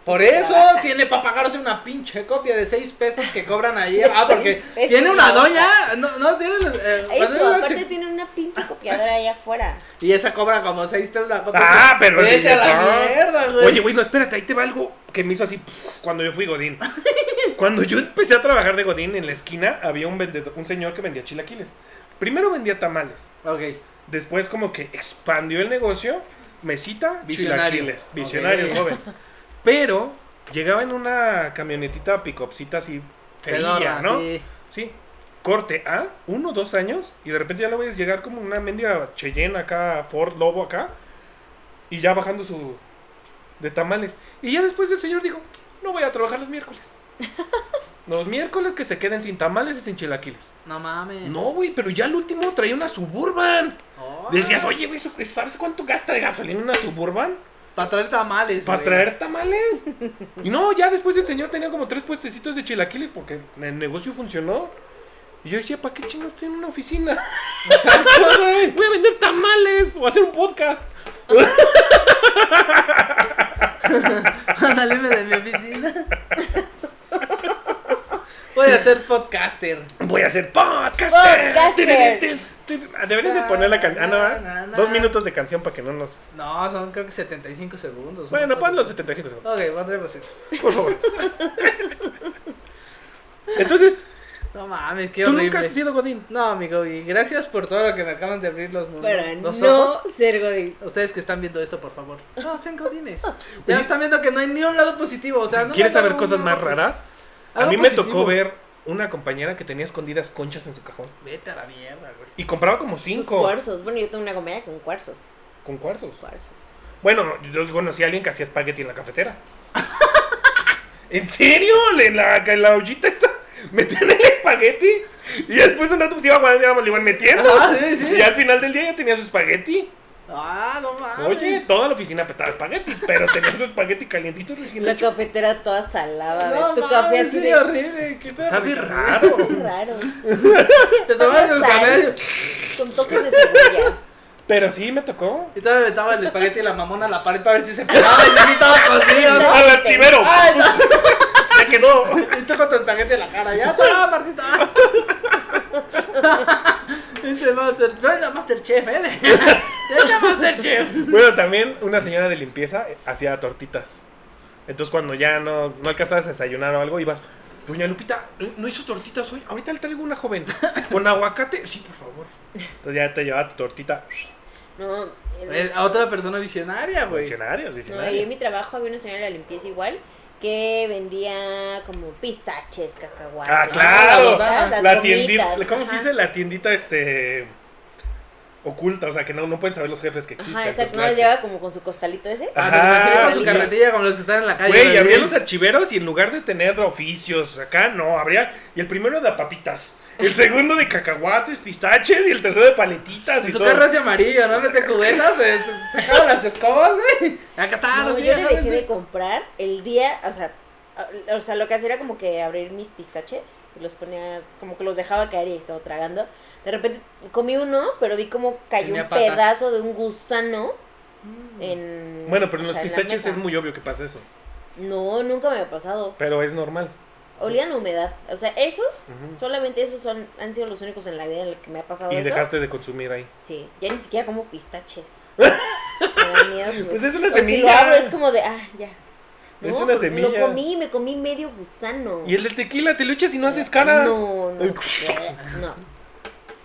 [SPEAKER 3] Por eso
[SPEAKER 1] Trabaja.
[SPEAKER 3] tiene para pagarse una pinche copia de 6 pesos que cobran ahí.
[SPEAKER 1] De
[SPEAKER 3] Ah,
[SPEAKER 1] seis
[SPEAKER 3] porque
[SPEAKER 1] pesos.
[SPEAKER 3] tiene una doña. No, no tiene. eh,
[SPEAKER 1] Eso,
[SPEAKER 3] bueno,
[SPEAKER 1] aparte
[SPEAKER 3] sí.
[SPEAKER 1] tiene una pinche copiadora allá afuera.
[SPEAKER 3] Y esa cobra como 6 pesos la copia.
[SPEAKER 2] Ah, pero el
[SPEAKER 3] Vete a la
[SPEAKER 2] billetón.
[SPEAKER 3] mierda, güey.
[SPEAKER 2] Oye, güey, no, espérate, ahí te va algo que me hizo así pf, cuando yo fui Godín. Cuando yo empecé a trabajar de Godín, en la esquina había un, vendedor, un señor que vendía chilaquiles. Primero vendía tamales.
[SPEAKER 3] Ok.
[SPEAKER 2] Después como que expandió el negocio, mesita,
[SPEAKER 3] Visionario.
[SPEAKER 2] chilaquiles, visionario
[SPEAKER 3] Ok.
[SPEAKER 2] el joven. Pero llegaba en una camionetita pick-upcita así feía,
[SPEAKER 3] Pedorra,
[SPEAKER 2] ¿no? Sí.
[SPEAKER 3] sí.
[SPEAKER 2] Corte a uno, dos años y de repente ya lo ves llegar como una mendiga Cheyenne acá, Ford Lobo acá y ya bajando su de tamales. Y ya después el señor dijo, "No voy a trabajar los miércoles." Los miércoles que se queden sin tamales y sin chilaquiles.
[SPEAKER 3] No mames.
[SPEAKER 2] No, güey, pero ya el último traía una Suburban.
[SPEAKER 3] Oh.
[SPEAKER 2] Decías, oye, güey, ¿so- ¿sabes cuánto gasta de gasolina una suburban?
[SPEAKER 3] Para traer tamales.
[SPEAKER 2] Para
[SPEAKER 3] güey.
[SPEAKER 2] traer tamales. Y no, ya después el señor tenía como tres puestecitos de chilaquiles porque el negocio funcionó. Y yo decía, ¿para qué chingos tiene una oficina?
[SPEAKER 3] Exacto, güey.
[SPEAKER 2] Voy a vender tamales o hacer un podcast.
[SPEAKER 3] Para salirme de mi oficina. Voy a ser podcaster.
[SPEAKER 2] Voy a hacer podcast.
[SPEAKER 1] Podcaster.
[SPEAKER 2] Deberías Ah, de poner la canción. Ah, no,
[SPEAKER 3] Na, na,
[SPEAKER 2] dos
[SPEAKER 3] na.
[SPEAKER 2] minutos de canción para que no nos.
[SPEAKER 3] No, son creo que 75 segundos.
[SPEAKER 2] Bueno,
[SPEAKER 3] una
[SPEAKER 2] pon
[SPEAKER 3] cosa
[SPEAKER 2] los 75 segundos.
[SPEAKER 3] así. Ok, pondremos eso.
[SPEAKER 2] Por favor. Entonces,
[SPEAKER 3] No mames, qué
[SPEAKER 2] tú
[SPEAKER 3] horrible.
[SPEAKER 2] nunca has sido Godín.
[SPEAKER 3] No, amigo, y gracias por todo lo que me acaban de abrir los, mu-
[SPEAKER 1] Para
[SPEAKER 3] los
[SPEAKER 1] no
[SPEAKER 3] ojos.
[SPEAKER 1] ser Godín.
[SPEAKER 3] Ustedes que están viendo esto, por favor. No, sean godines.
[SPEAKER 2] Oye.
[SPEAKER 3] ya están viendo que no hay ni un lado positivo. O sea, no
[SPEAKER 2] ¿Quieres
[SPEAKER 3] me
[SPEAKER 2] saber
[SPEAKER 3] hagan
[SPEAKER 2] cosas
[SPEAKER 3] un
[SPEAKER 2] más
[SPEAKER 3] lado
[SPEAKER 2] raras?
[SPEAKER 3] posi-
[SPEAKER 2] A mí
[SPEAKER 3] algo
[SPEAKER 2] me
[SPEAKER 3] positivo.
[SPEAKER 2] tocó ver una compañera que tenía escondidas conchas en su cajón.
[SPEAKER 3] Vete a la mierda, güey.
[SPEAKER 2] Y compraba como
[SPEAKER 1] Sus
[SPEAKER 2] cinco
[SPEAKER 1] cuarzos. Bueno, yo tengo una compañera con cuarzos.
[SPEAKER 2] con cuarzos.
[SPEAKER 1] Cuarzos.
[SPEAKER 2] Bueno, yo conocí a alguien que hacía espagueti en la cafetera. ¿En serio? En la, en la ollita esa. Metían el espagueti. Y después un rato pues iba guardando y íbamos, le iban metiendo.
[SPEAKER 3] Ah, sí, sí.
[SPEAKER 2] Y al final del día ya tenía su espagueti.
[SPEAKER 3] Ah, no mames.
[SPEAKER 2] Oye, toda la oficina petaba espagueti, pero tenía su espagueti calientito y recién
[SPEAKER 1] La
[SPEAKER 2] hecho.
[SPEAKER 1] cafetera toda salada.
[SPEAKER 3] no,
[SPEAKER 1] de tu café
[SPEAKER 3] mames,
[SPEAKER 1] así
[SPEAKER 3] sí,
[SPEAKER 1] de
[SPEAKER 3] horrible. Qué pedo.
[SPEAKER 2] Sabe raro.
[SPEAKER 1] raro.
[SPEAKER 3] Te tomabas el
[SPEAKER 1] Sal.
[SPEAKER 3] café
[SPEAKER 1] Con toques de cebolla.
[SPEAKER 2] Pero sí me tocó.
[SPEAKER 3] y todavía metaba el espagueti y la mamona a la pared para ver si se pegaba y así estaba cocido, ¿no?
[SPEAKER 2] ¡Al archivero!
[SPEAKER 3] Ay, no.
[SPEAKER 2] ¡Me quedó!
[SPEAKER 3] Y tú con tu espagueti en la cara, ya está, Martita. Pinche Master, yo era Masterchef, eh. Yo era Masterchef.
[SPEAKER 2] Bueno, también una señora de limpieza eh, hacía tortitas. Entonces cuando ya no, no alcanzabas a desayunar o algo, ibas, Doña Lupita, ¿no- ¿no hizo tortitas hoy? Ahorita le traigo una joven. ¿Con aguacate? Sí, por favor. Entonces ya te llevaba tu tortita.
[SPEAKER 1] No, el-
[SPEAKER 3] Eh, A otra persona visionaria, güey.
[SPEAKER 2] Visionarios,
[SPEAKER 1] No, ahí en
[SPEAKER 2] visionarios.
[SPEAKER 1] mi trabajo había una señora de la limpieza igual que vendía como pistaches, cacahuates.
[SPEAKER 2] Ah, claro.
[SPEAKER 1] gomitas, las
[SPEAKER 2] La
[SPEAKER 1] gomitas,
[SPEAKER 2] tiendita, ¿cómo se
[SPEAKER 1] ajá.
[SPEAKER 2] dice? La tiendita, este... Oculta, o sea, que no, no pueden saber los jefes pues, que existen.
[SPEAKER 1] Ajá, exacto. No
[SPEAKER 2] entonces,
[SPEAKER 1] les lleva como con su costalito ese.
[SPEAKER 2] Ah,
[SPEAKER 3] Ah, pero me sirve con su
[SPEAKER 1] sí.
[SPEAKER 3] carretilla como los que están en la calle.
[SPEAKER 2] Güey, y
[SPEAKER 3] güey.
[SPEAKER 2] había los archiveros y en lugar de tener oficios acá, no, habría. Y el primero de papitas, el segundo de cacahuates, pistaches y el tercero de paletitas y
[SPEAKER 3] Su
[SPEAKER 2] todo.
[SPEAKER 3] carro es amarillo, ¿no? Mete cubetas, se, se- se jalan las escobas, güey. Acá está,
[SPEAKER 2] Ah,
[SPEAKER 1] No,
[SPEAKER 3] sí,
[SPEAKER 1] yo le
[SPEAKER 3] ¿sabes?
[SPEAKER 1] dejé de comprar el día, o sea, a- o sea, lo que hacía era como que abrir mis pistaches y los ponía, como que los dejaba caer y estaba tragando. De repente comí uno, pero vi como cayó
[SPEAKER 3] Tenía
[SPEAKER 1] un
[SPEAKER 3] patas. Mm.
[SPEAKER 1] pedazo de un gusano en.
[SPEAKER 2] Bueno, pero en
[SPEAKER 1] o
[SPEAKER 2] los
[SPEAKER 1] sea, la
[SPEAKER 2] pistaches
[SPEAKER 1] mesa.
[SPEAKER 2] es muy obvio que pasa eso,
[SPEAKER 1] No, nunca me ha pasado.
[SPEAKER 2] pero es normal.
[SPEAKER 1] Olían a humedad. O sea, esos,
[SPEAKER 2] Ujú.
[SPEAKER 1] solamente esos son, han sido los únicos en la vida en los que me ha pasado
[SPEAKER 2] Y
[SPEAKER 1] eso.
[SPEAKER 2] dejaste de consumir ahí.
[SPEAKER 1] Sí, ya ni siquiera como pistaches. me da miedo.
[SPEAKER 2] Pues es una
[SPEAKER 1] porque Si lo
[SPEAKER 2] semilla.
[SPEAKER 1] abro es como de, ah, ya.
[SPEAKER 2] Es
[SPEAKER 1] No,
[SPEAKER 2] una
[SPEAKER 1] porque
[SPEAKER 2] semilla.
[SPEAKER 1] Lo comí, me comí medio gusano.
[SPEAKER 2] Y el del tequila te lo echas y no haces cara.
[SPEAKER 1] No, no.
[SPEAKER 2] Ay,
[SPEAKER 1] No.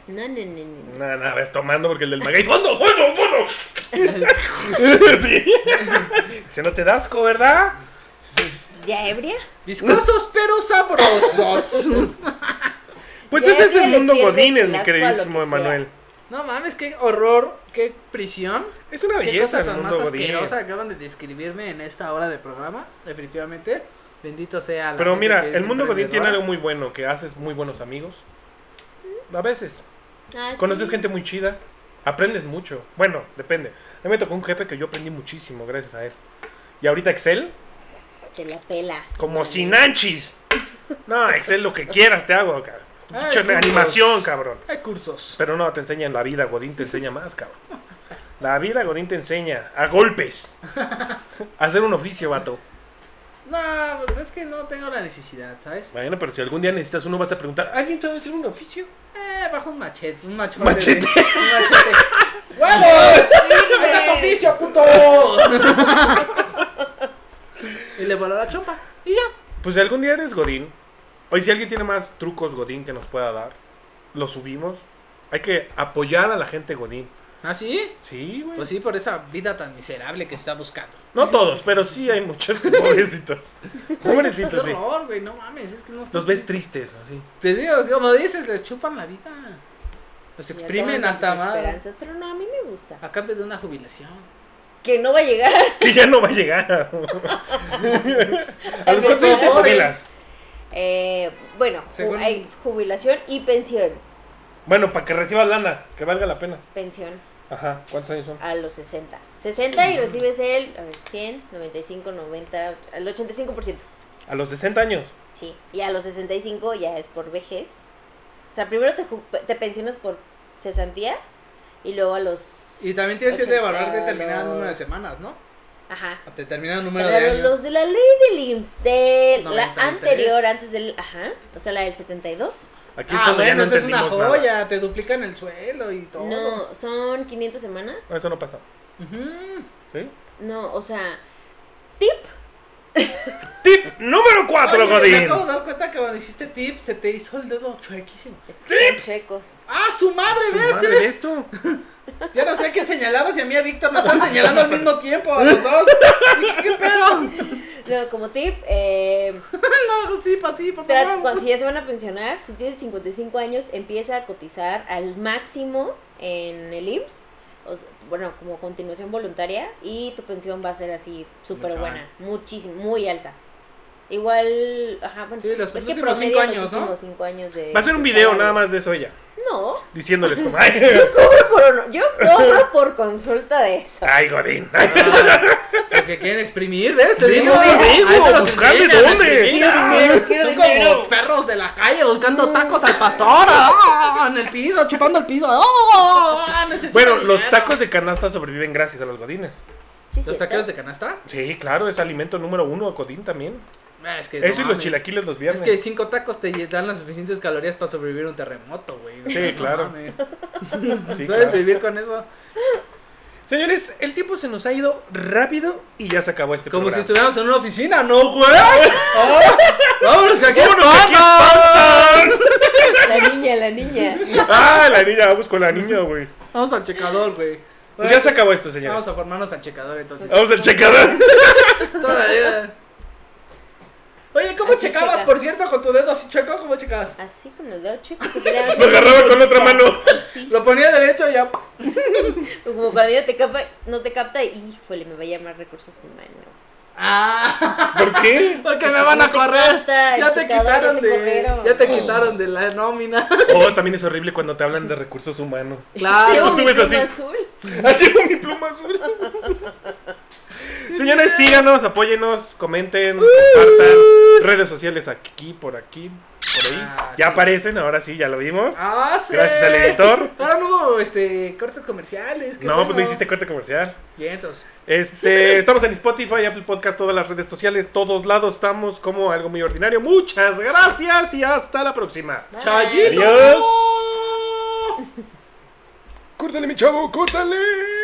[SPEAKER 1] No, no, no, no. no.
[SPEAKER 2] Nada, nada, ves tomando porque el del maguey. ¡Fondo, fondo, fondo! sí. Se no te da asco, ¿verdad?
[SPEAKER 1] ¿Ya ebria?
[SPEAKER 3] Viscosos pero sabrosos.
[SPEAKER 2] Pues
[SPEAKER 1] Ya
[SPEAKER 2] ese es
[SPEAKER 1] que
[SPEAKER 2] el
[SPEAKER 1] le
[SPEAKER 2] mundo
[SPEAKER 1] pierdes
[SPEAKER 2] Godínez,
[SPEAKER 1] el
[SPEAKER 2] mi
[SPEAKER 1] asco a lo que
[SPEAKER 2] queridísimo
[SPEAKER 1] sea.
[SPEAKER 2] Emanuel.
[SPEAKER 3] no mames, qué horror, qué prisión.
[SPEAKER 2] Es una
[SPEAKER 3] Qué
[SPEAKER 2] belleza
[SPEAKER 3] cosa
[SPEAKER 2] el
[SPEAKER 3] tan más
[SPEAKER 2] mundo Godínez.
[SPEAKER 3] asquerosa acaban de describirme en esta hora de programa, definitivamente. Bendito sea la
[SPEAKER 2] Pero
[SPEAKER 3] gente
[SPEAKER 2] mira,
[SPEAKER 3] que es
[SPEAKER 2] el mundo Godín tiene algo
[SPEAKER 3] emprendedora.
[SPEAKER 2] muy bueno, que haces muy buenos amigos. A veces.
[SPEAKER 1] Ah, sí.
[SPEAKER 2] Conoces gente muy chida. Aprendes mucho. Bueno, depende. A mí me tocó un jefe que yo aprendí muchísimo gracias a él. Y ahorita Excel,
[SPEAKER 1] Que la pela.
[SPEAKER 2] como sinanchis. No, Excel lo que quieras te hago, cabrón. Tu
[SPEAKER 3] Ay,
[SPEAKER 2] pinche
[SPEAKER 3] Dios.
[SPEAKER 2] animación, cabrón.
[SPEAKER 3] Hay cursos.
[SPEAKER 2] Pero no, te enseñan la vida, Godín te enseña más, cabrón. La vida, Godín te enseña a golpes. A hacer un oficio, vato.
[SPEAKER 3] No, pues es que no tengo la necesidad, ¿sabes?
[SPEAKER 2] Bueno, pero si algún día necesitas uno, vas a preguntar, ¿alguien sabe hacer un oficio?
[SPEAKER 3] Eh, bajo un machete, un machete.
[SPEAKER 2] Machete.
[SPEAKER 3] de- Un machete. ¡Huevos! ¡Vete a tu oficio, puto! y le voló la chompa. Y ya.
[SPEAKER 2] Pues si algún día eres Godín, hoy si alguien tiene más trucos Godín que nos pueda dar, lo subimos. Hay que apoyar a la gente Godín.
[SPEAKER 3] ¿Ah, sí?
[SPEAKER 2] Sí, güey.
[SPEAKER 3] Pues sí, por esa vida tan miserable que está buscando.
[SPEAKER 2] No todos, pero sí hay muchos pobrecitos.
[SPEAKER 3] Qué
[SPEAKER 2] Pobrecitos, sí.
[SPEAKER 3] horror, güey, no mames, es que no
[SPEAKER 2] Los ves tristes, así.
[SPEAKER 3] Te digo, como dices, les chupan la vida. Los
[SPEAKER 1] Me acaban
[SPEAKER 3] exprimen
[SPEAKER 1] con
[SPEAKER 3] hasta
[SPEAKER 1] sus
[SPEAKER 3] más.
[SPEAKER 1] esperanzas, Pero no, a mí me gusta.
[SPEAKER 3] A cambio de una jubilación.
[SPEAKER 1] Que no va a llegar.
[SPEAKER 2] Que ya no va a llegar. a los
[SPEAKER 1] Por
[SPEAKER 2] cuantos años te
[SPEAKER 1] favor,
[SPEAKER 2] jubilas.
[SPEAKER 1] Eh, bueno, ju-
[SPEAKER 3] Según-
[SPEAKER 1] hay jubilación y pensión.
[SPEAKER 2] Bueno, para que recibas lana, que valga la pena.
[SPEAKER 1] Pensión
[SPEAKER 2] Ajá, ¿cuántos años son?
[SPEAKER 1] a los 60. 60 y recibes el a ver, 100, 95, 90, al 85%.
[SPEAKER 2] A los 60 años.
[SPEAKER 1] Sí. Y a los 65 ya es por vejez. O sea, primero te, ju- te pensionas por cesantía y luego a los...
[SPEAKER 3] Y también tienes que devaluar
[SPEAKER 1] Ochenta,
[SPEAKER 3] determinado número de
[SPEAKER 1] los-
[SPEAKER 3] semanas, ¿no?
[SPEAKER 1] Ajá.
[SPEAKER 3] A determinado número de
[SPEAKER 1] Pero
[SPEAKER 3] años.
[SPEAKER 1] los de la ley del IMSS, de la
[SPEAKER 3] 93.
[SPEAKER 1] anterior, antes del... Ajá. O sea, la del 72.
[SPEAKER 2] Aquí es
[SPEAKER 3] Ah,
[SPEAKER 2] cuando ya no
[SPEAKER 3] bueno, eso es una
[SPEAKER 2] entendimos nada.
[SPEAKER 3] joya, te duplican el suelo y todo.
[SPEAKER 1] No, son 500 semanas.
[SPEAKER 2] No, Eso no pasa.
[SPEAKER 3] Ujú.
[SPEAKER 2] ¿Sí?
[SPEAKER 1] No, o sea, tip
[SPEAKER 2] Tip número 4,
[SPEAKER 3] Oye, Me
[SPEAKER 2] Godín.
[SPEAKER 3] acabo de dar cuenta que cuando hiciste tip se te hizo el dedo chuequísimo.
[SPEAKER 1] es que son chuecos.
[SPEAKER 3] ¡Ah, su madre,
[SPEAKER 2] Su
[SPEAKER 3] ¿ves?
[SPEAKER 2] madre, ¿ve esto?
[SPEAKER 3] Ya no sé qué señalabas y a mí y a Víctor nos están señalando al mismo tiempo, a los dos. Dije, ¿Qué pedo?
[SPEAKER 1] No, como tip, eh,
[SPEAKER 3] No, hagas tip así, por
[SPEAKER 1] tra-
[SPEAKER 3] favor.
[SPEAKER 1] cuando si ya se van a pensionar, si tienes 55 años, empieza a cotizar al máximo en el IMSS. o sea, bueno, como continuación voluntaria y tu pensión va a ser así súper
[SPEAKER 3] Mucha.
[SPEAKER 1] buena, muchísimo, muy alta. Igual, ajá, bueno,
[SPEAKER 3] Sí, los
[SPEAKER 1] es que
[SPEAKER 3] últimos cinco
[SPEAKER 1] promedio
[SPEAKER 3] años,
[SPEAKER 1] los
[SPEAKER 3] ¿no?
[SPEAKER 1] últimos 5 años de...
[SPEAKER 2] Va a ser un
[SPEAKER 1] de
[SPEAKER 2] video
[SPEAKER 1] salario.
[SPEAKER 2] nada más de eso ella.
[SPEAKER 1] No,
[SPEAKER 2] Diciéndoles como.
[SPEAKER 1] yo
[SPEAKER 2] Ay,
[SPEAKER 1] cobro por, yo cobro por consulta de eso.
[SPEAKER 2] ay, Godín.
[SPEAKER 3] Porque quieren exprimir, ¿ves? Te
[SPEAKER 2] Digo,
[SPEAKER 3] digo,
[SPEAKER 2] digo,
[SPEAKER 3] a eso los
[SPEAKER 2] buscar de
[SPEAKER 3] enseñan a
[SPEAKER 2] dónde.
[SPEAKER 3] exprimir.
[SPEAKER 1] Quiero dinero, quiero
[SPEAKER 3] Son como
[SPEAKER 1] dinero.
[SPEAKER 3] perros de la calle buscando tacos al pastor. ¡ah! en el piso, chupando el piso. ¡ah! Necesitan
[SPEAKER 2] Bueno, los
[SPEAKER 3] dinero.
[SPEAKER 2] tacos de canasta sobreviven gracias a los Godines.
[SPEAKER 1] Sí,
[SPEAKER 3] ¿Los
[SPEAKER 1] cierto.
[SPEAKER 3] taqueros de canasta?
[SPEAKER 2] Sí, claro, es alimento número uno a Godín también.
[SPEAKER 3] Ah, Es que no
[SPEAKER 2] Eso y los
[SPEAKER 3] mames.
[SPEAKER 2] chilaquiles los
[SPEAKER 3] Es
[SPEAKER 2] viernes.
[SPEAKER 3] que cinco tacos te dan las suficientes calorías para sobrevivir a un terremoto, güey.
[SPEAKER 2] Sí,
[SPEAKER 3] No
[SPEAKER 2] claro.
[SPEAKER 3] mames.
[SPEAKER 2] Sí,
[SPEAKER 3] Puedes
[SPEAKER 2] claro.
[SPEAKER 3] vivir con eso.
[SPEAKER 2] Señores, el tiempo se nos ha ido rápido y ya se acabó este
[SPEAKER 3] Como si
[SPEAKER 2] programa.
[SPEAKER 3] estuviéramos en una oficina, ¿no, güey? ¡Oh! ¡Vámonos, que aquí espantan!
[SPEAKER 1] La niña, la niña.
[SPEAKER 2] Ah, la niña, vamos con la niña, güey.
[SPEAKER 3] Vamos al checador, güey.
[SPEAKER 2] Pues ya se acabó esto,
[SPEAKER 3] Vamos
[SPEAKER 2] señores.
[SPEAKER 3] a formarnos al checador, entonces.
[SPEAKER 2] Vamos al checador.
[SPEAKER 3] Todavía. Oye, ¿cómo
[SPEAKER 1] Hay que
[SPEAKER 3] checabas,
[SPEAKER 1] checar.
[SPEAKER 3] por cierto, con tu dedo así chueco? ¿Cómo checabas?
[SPEAKER 1] Así con el dedo chico. porque era así
[SPEAKER 2] Lo agarraba con la otra
[SPEAKER 1] directa.
[SPEAKER 2] mano.
[SPEAKER 1] Así.
[SPEAKER 3] Lo ponía derecho y ya.
[SPEAKER 1] Como cuando ella te capa, no te capta y, híjole, me va a llamar recursos humanos.
[SPEAKER 3] ¡Ah!
[SPEAKER 2] ¿Por qué?
[SPEAKER 3] Porque me van
[SPEAKER 1] No
[SPEAKER 3] a
[SPEAKER 1] te
[SPEAKER 3] correr.
[SPEAKER 1] capta, el
[SPEAKER 3] Ya te
[SPEAKER 1] checador,
[SPEAKER 3] quitaron
[SPEAKER 1] ya te
[SPEAKER 3] de.
[SPEAKER 1] corrieron.
[SPEAKER 3] Ya te
[SPEAKER 1] Sí.
[SPEAKER 3] quitaron de la nómina.
[SPEAKER 2] Oh, también es horrible cuando te hablan de recursos humanos.
[SPEAKER 1] Llevo
[SPEAKER 3] Claro.
[SPEAKER 2] Tú subes
[SPEAKER 1] mi pluma
[SPEAKER 2] así.
[SPEAKER 1] azul.
[SPEAKER 2] Ah, llevo mi pluma azul. Señores, síganos, apóyenos,
[SPEAKER 3] Uh.
[SPEAKER 2] comenten, compartan. Redes sociales aquí, por aquí, por ahí.
[SPEAKER 3] Ah,
[SPEAKER 2] ya
[SPEAKER 3] sí.
[SPEAKER 2] aparecen, ahora sí, ya lo vimos.
[SPEAKER 3] ¡Ah, sí!
[SPEAKER 2] Gracias al editor.
[SPEAKER 3] Ahora no hubo este, cortes comerciales. qué
[SPEAKER 2] No, pues no
[SPEAKER 3] bueno.
[SPEAKER 2] hiciste corte comercial.
[SPEAKER 3] Bien, entonces.
[SPEAKER 2] Este, estamos en Spotify, Apple Podcast, todas las redes sociales, todos lados estamos como algo muy ordinario. Muchas gracias y hasta la próxima.
[SPEAKER 1] Bye.
[SPEAKER 3] ¡Chayito!
[SPEAKER 2] Adiós. Córtale, mi chavo, córtale.